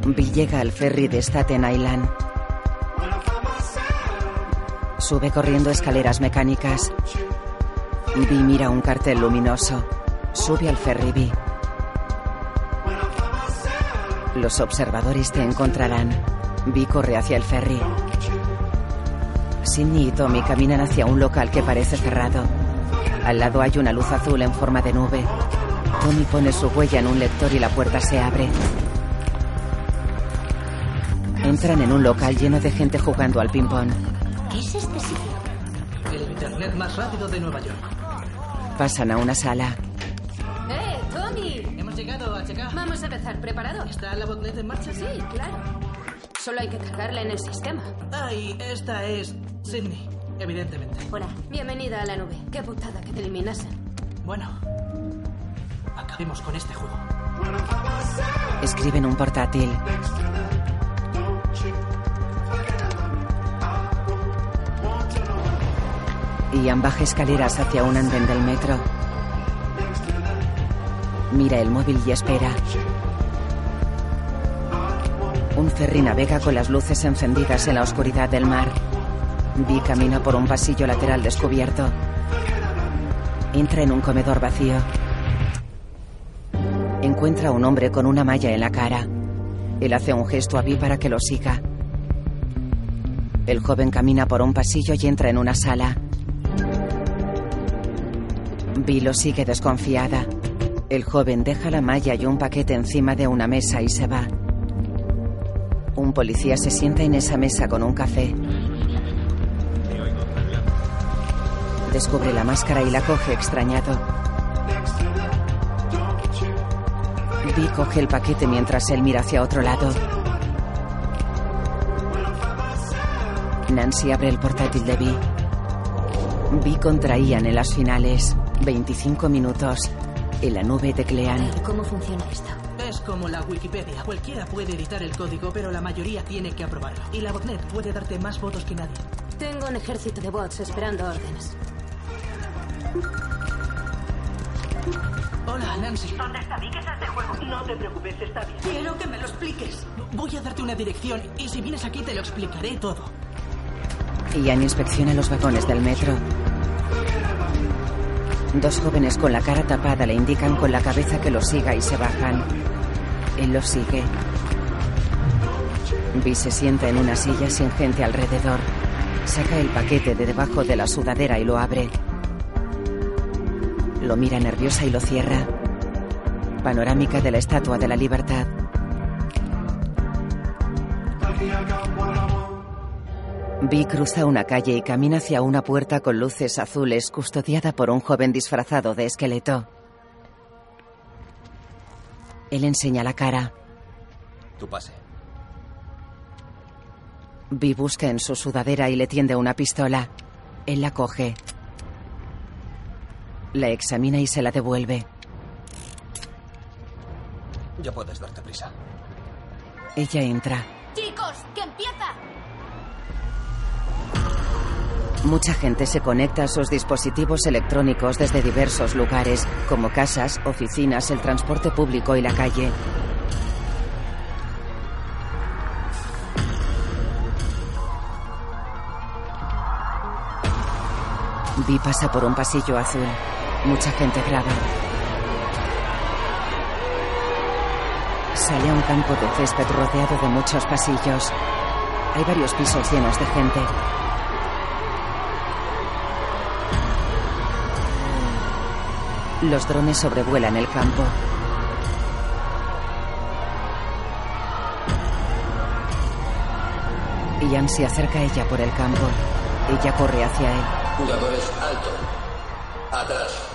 Speaker 1: Vi llega al ferry de Staten Island. Sube corriendo escaleras mecánicas. Vi mira un cartel luminoso. Sube al ferry B. Los observadores te encontrarán. Vi corre hacia el ferry. Sidney y Tommy caminan hacia un local que parece cerrado. Al lado hay una luz azul en forma de nube. Tommy pone su huella en un lector y la puerta se abre. Entran en un local lleno de gente jugando al ping-pong.
Speaker 18: ¿Qué es este sitio?
Speaker 11: El internet más rápido de Nueva York.
Speaker 1: Pasan a una sala.
Speaker 16: ¡Eh, Tommy!
Speaker 11: Hemos llegado a checar.
Speaker 16: Vamos a empezar. ¿Preparado?
Speaker 11: ¿Está la botnet en marcha?
Speaker 16: Sí, claro. Solo hay que cargarla en el sistema.
Speaker 11: Ay, esta es Sydney, evidentemente.
Speaker 16: Hola. Bienvenida a la nube. Qué putada que te eliminasen.
Speaker 11: Bueno, acabemos con este juego.
Speaker 1: Escriben un portátil. Ian baja escaleras hacia un andén del metro. Mira el móvil y espera. Un ferry navega con las luces encendidas en la oscuridad del mar. Vi camina por un pasillo lateral descubierto. Entra en un comedor vacío. Encuentra a un hombre con una malla en la cara. Él hace un gesto a Vi para que lo siga. El joven camina por un pasillo y entra en una sala. Vi lo sigue desconfiada. El joven deja la malla y un paquete encima de una mesa y se va. Un policía se sienta en esa mesa con un café. Descubre la máscara y la coge extrañado. Vi coge el paquete mientras él mira hacia otro lado. Nancy abre el portátil de Vi. Vi contraían en las finales. 25 minutos. En la nube teclean.
Speaker 2: Eh,
Speaker 18: ¿Cómo funciona esto?
Speaker 11: Es como la Wikipedia. Cualquiera puede editar el código, pero la mayoría tiene que aprobarlo. Y la botnet puede darte más votos que nadie.
Speaker 16: Tengo un ejército de bots esperando órdenes.
Speaker 11: Hola, Nancy.
Speaker 23: ¿Dónde está Vic? ¿Es este juego? No te preocupes, está bien.
Speaker 5: Quiero que me lo expliques.
Speaker 11: Voy a darte una dirección y si vienes aquí te lo explicaré todo.
Speaker 1: Ian inspecciona los vagones del metro. Dos jóvenes con la cara tapada le indican con la cabeza que lo siga y se bajan. Él los sigue. Vi se sienta en una silla sin gente alrededor. Saca el paquete de debajo de la sudadera y lo abre. Lo mira nerviosa y lo cierra. Panorámica de la Estatua de la Libertad. Vi cruza una calle y camina hacia una puerta con luces azules custodiada por un joven disfrazado de esqueleto. Él enseña la cara.
Speaker 15: Tu pase.
Speaker 1: Vi busca en su sudadera y le tiende una pistola. Él la coge. La examina y se la devuelve.
Speaker 15: Ya puedes darte prisa.
Speaker 1: Ella entra.
Speaker 2: Chicos, que empieza.
Speaker 1: Mucha gente se conecta a sus dispositivos electrónicos desde diversos lugares, como casas, oficinas, el transporte público y la calle. Vi pasa por un pasillo azul. Mucha gente graba. Sale a un campo de césped rodeado de muchos pasillos. Hay varios pisos llenos de gente. Los drones sobrevuelan el campo. Ian se acerca a ella por el campo. Ella corre hacia él.
Speaker 4: Jugadores alto. Atrás.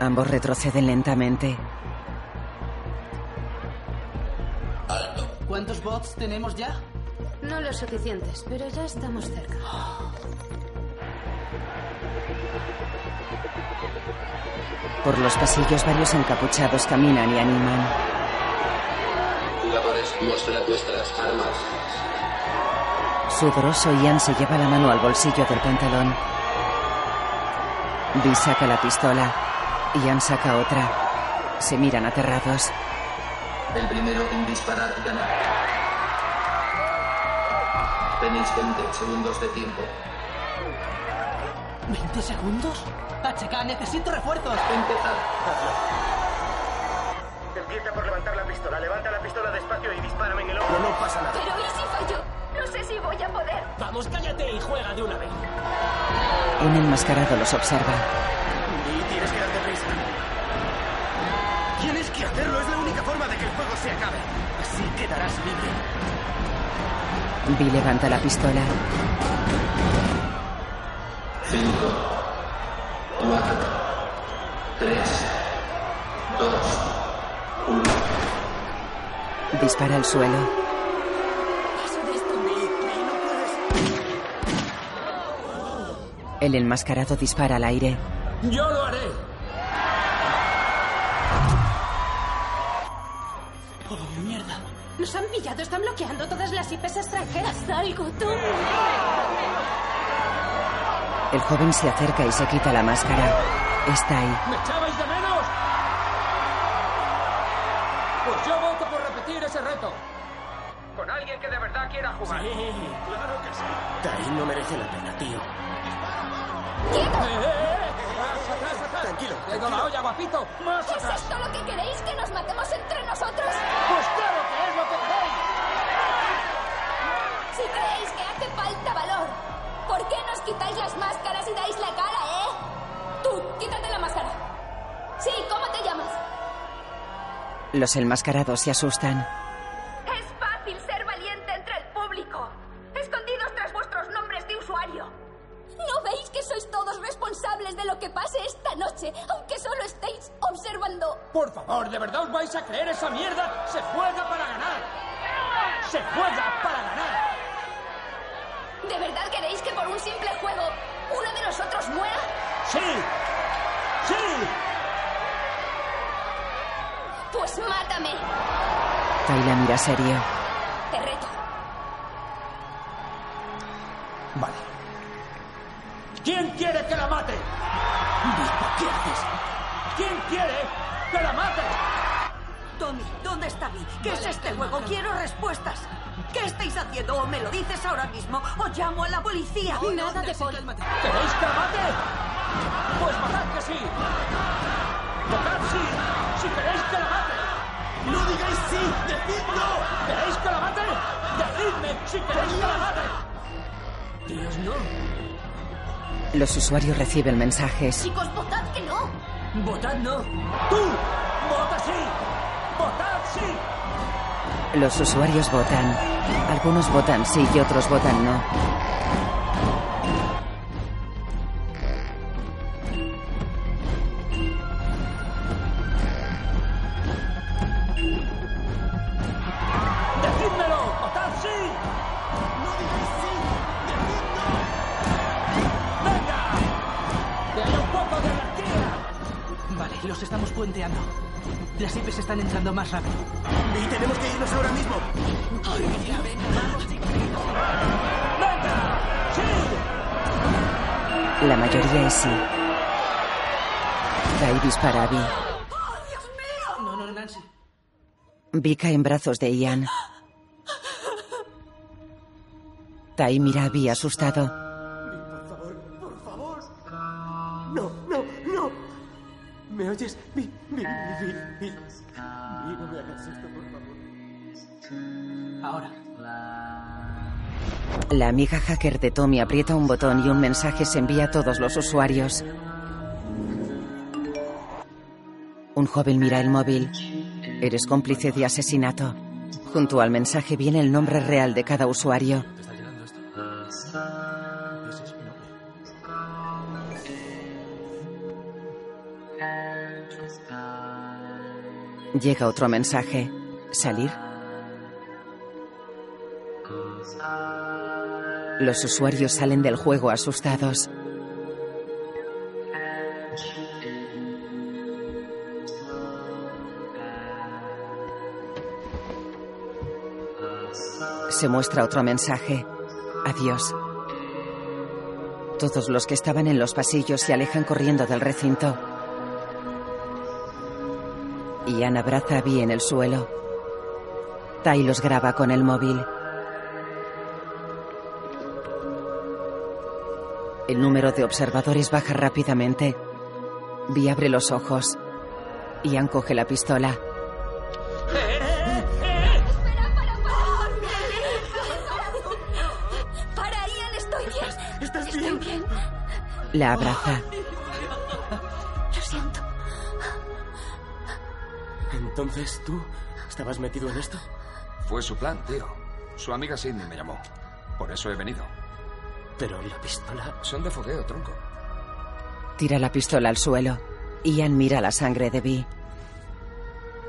Speaker 1: Ambos retroceden lentamente.
Speaker 11: ¿Cuántos bots tenemos ya?
Speaker 12: No los suficientes, pero ya estamos cerca.
Speaker 1: Por los pasillos varios encapuchados caminan y animan.
Speaker 4: Jugadores, mostrar vuestras armas.
Speaker 1: Sudoroso, Ian se lleva la mano al bolsillo del pantalón. Vi saca la pistola. Ian saca otra. Se miran aterrados.
Speaker 30: El primero en disparar gana. Tenéis 20 segundos de tiempo.
Speaker 11: ¿20 segundos? HK, necesito refuerzos.
Speaker 30: Empieza por levantar la pistola. Levanta la pistola despacio y dispárame en el
Speaker 10: hombro. No pasa nada.
Speaker 2: Pero ¿y si fallo? No sé si voy a poder.
Speaker 3: Vamos, cállate y juega de una vez.
Speaker 1: Un enmascarado los observa.
Speaker 10: Y tienes que darte prisa. Tienes que hacerlo, es la única forma de que el juego se acabe. Así quedarás libre.
Speaker 1: Vi levanta la pistola.
Speaker 30: 5, 4, 3, 2, 1.
Speaker 1: Dispara al suelo. El enmascarado dispara al aire.
Speaker 3: Yo lo haré.
Speaker 11: Oh, mierda.
Speaker 16: Nos han pillado, están bloqueando todas las IPs extranjeras. Algo, tú.
Speaker 1: El joven se acerca y se quita la máscara. Está ahí.
Speaker 3: ¿Me echabais de menos? Pues yo voto por repetir ese reto.
Speaker 30: Con alguien que de verdad quiera jugar.
Speaker 3: Sí, claro que sí.
Speaker 10: Tai no merece la pena, tío.
Speaker 3: Tranquilo. Tengo la olla, guapito. Más
Speaker 2: ¿Es
Speaker 3: atrás.
Speaker 2: esto lo que queréis? ¿Que nos matemos entre nosotros?
Speaker 3: Pues claro que es lo que queréis.
Speaker 2: Si creéis que hace falta valor, ¿por qué nos quitáis las máscaras y dais la cara, eh? Tú, quítate la máscara. Sí, ¿cómo te llamas?
Speaker 1: Los enmascarados se asustan.
Speaker 2: Es fácil ser valiente entre el público, escondidos tras vuestros nombres de usuario. ¿No veis que sois todos responsables de lo que pase esta noche, aunque solo estéis observando?
Speaker 3: Por favor, ¿de verdad os vais a creer esa mierda? Se juega para ganar. Se juega para ganar.
Speaker 2: ¿De verdad queréis que por un simple juego uno de nosotros muera?
Speaker 3: Sí. Sí.
Speaker 2: Pues mátame.
Speaker 1: Tai la mira serio.
Speaker 2: Te reto.
Speaker 3: Vale. ¿Quién quiere que la mate? Bispo, ¿qué haces? ¿Quién quiere que la mate?
Speaker 5: Tommy, ¿dónde está Vi? ¿Qué es este juego? Quiero respuestas. ¿Qué estáis haciendo? O me lo dices ahora mismo, o llamo a la policía.
Speaker 16: Nada de poli.
Speaker 3: ¿Queréis que la mate? Pues matad que sí. Matad sí. Si queréis que la mate.
Speaker 10: ¡No digáis sí! ¡Decid no!
Speaker 3: ¿Queréis que la mate? Decidme si queréis que la mate. Dios, no.
Speaker 1: Los usuarios reciben mensajes.
Speaker 2: Chicos, votad que no.
Speaker 3: Votad no. Tú. Vota sí. Votad sí.
Speaker 1: Los usuarios votan. Algunos votan sí y otros votan no.
Speaker 3: Decídmelo. Votad sí. No digáis sí. Decid no. Venga.
Speaker 11: Los estamos puenteando. Las IPs están entrando más rápido.
Speaker 10: Y tenemos que irnos ahora mismo.
Speaker 1: La mayoría es sí. Guy dispara a Vi.
Speaker 11: No, no, Nancy.
Speaker 1: Vi cae en brazos de Ian. Tai mira a Vi asustado.
Speaker 10: No, no, no. ¿Me oyes? Vi, vi, vi, vi. Vi, no me hagas esto, por favor.
Speaker 11: Ahora.
Speaker 1: La amiga hacker de Tommy aprieta un botón y un mensaje se envía a todos los usuarios. Un joven mira el móvil. Eres cómplice de asesinato. Junto al mensaje viene el nombre real de cada usuario.
Speaker 15: ¿Te está llegando esto? Ese es mi nombre.
Speaker 1: Llega otro mensaje. ¿Salir? Los usuarios salen del juego asustados. Se muestra otro mensaje. Adiós. Todos los que estaban en los pasillos se alejan corriendo del recinto. Ian abraza a Vi en el suelo. Tai los graba con el móvil. El número de observadores baja rápidamente. Vi abre los ojos. Ian coge la pistola.
Speaker 2: Para, Ian, estoy bien. ¿Estás estoy bien?
Speaker 1: La abraza.
Speaker 2: Lo siento.
Speaker 13: Entonces tú estabas metido en esto.
Speaker 15: Fue su plan, tío. Su amiga Sidney me llamó. Por eso he venido.
Speaker 13: Pero la pistola.
Speaker 15: Son de fogueo, tronco.
Speaker 1: Tira la pistola al suelo. Ian mira la sangre de Vi.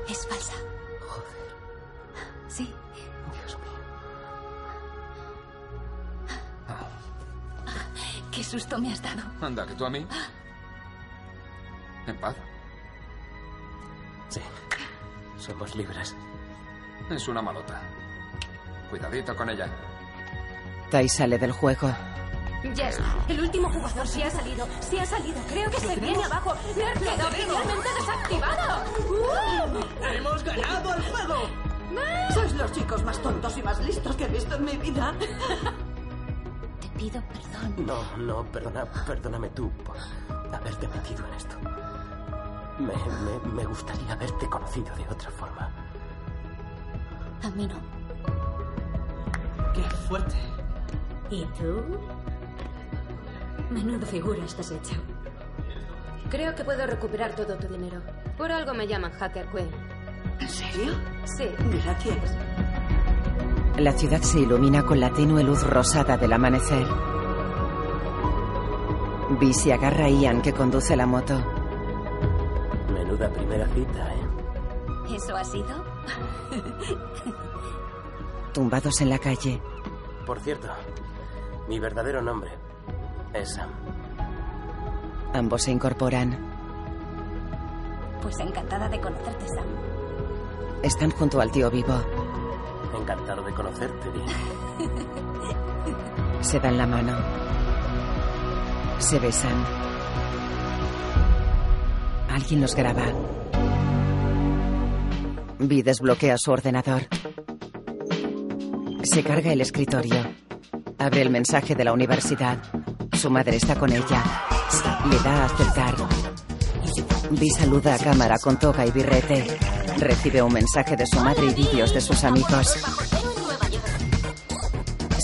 Speaker 2: Es falsa. Sí. Qué susto me has dado.
Speaker 15: Anda, que tú a mí. En paz.
Speaker 13: Sí. Somos libres.
Speaker 15: Es una malota. Cuidadito con ella.
Speaker 1: Tai sale del juego.
Speaker 16: Ya está. El último jugador se ha salido. Se ha salido. Creo que se viene abajo. Nerf quedó finalmente desactivado.
Speaker 2: ¡Uh!
Speaker 3: ¡Hemos ganado el juego!
Speaker 5: Sois los chicos más tontos y más listos que he visto en mi vida.
Speaker 7: Te pido perdón.
Speaker 13: No, no, perdona, perdóname tú por haberte metido en esto. Me, me, me gustaría haberte conocido de otra forma.
Speaker 7: A mí no.
Speaker 11: Qué fuerte.
Speaker 16: ¿Y tú? Menudo figura estás hecha.
Speaker 12: Creo que puedo recuperar todo tu dinero. Por algo me llaman Hacker Queen.
Speaker 5: ¿En serio?
Speaker 12: Sí.
Speaker 5: Gracias.
Speaker 1: La ciudad se ilumina con la tenue luz rosada del amanecer. Vi se agarra a Ian que conduce la moto.
Speaker 13: Menuda primera cita, ¿eh?
Speaker 7: ¿Eso ha sido?
Speaker 1: Tumbados en la calle,
Speaker 13: Por cierto, mi verdadero nombre es Sam.
Speaker 1: ambos se incorporan.
Speaker 7: Pues encantada de conocerte, Sam.
Speaker 1: Están junto al tío vivo.
Speaker 13: Encantado de conocerte, Dean.
Speaker 1: Se dan la mano. Se besan. Alguien los graba. Vi desbloquea su ordenador. Se carga el escritorio. Abre el mensaje de la universidad. Su madre está con ella. Le da a aceptar. Vi saluda a cámara con toga y birrete. Recibe un mensaje de su madre y vídeos de sus amigos.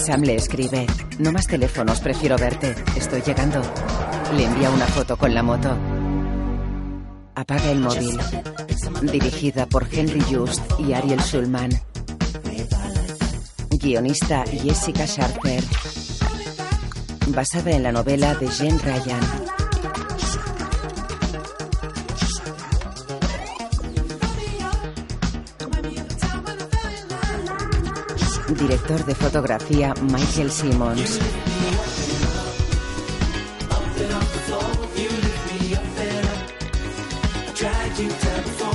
Speaker 1: Sam le escribe, no más teléfonos, prefiero verte, estoy llegando. Le envía una foto con la moto. Apaga el móvil. Dirigida por Henry Just y Ariel Schulman. Guionista Jessica Sharper. Basada en la novela de Jane Ryan. Director de fotografía Michael Simmons.
Speaker 6: Try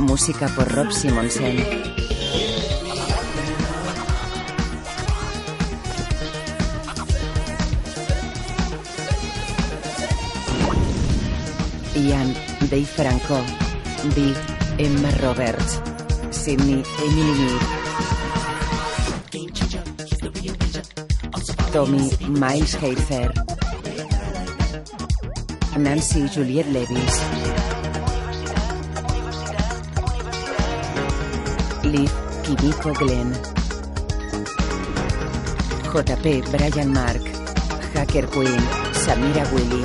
Speaker 1: música por Rob Simonsen. Ian, Dave Franco, Dee, Emma Roberts, Sidney, Emily Mead, Tommy, Miles Heifer, Nancy, Juliette Levis, Liv, Kimiko Glenn, JP, Brian Mark, Hacker Queen, Samira Willy.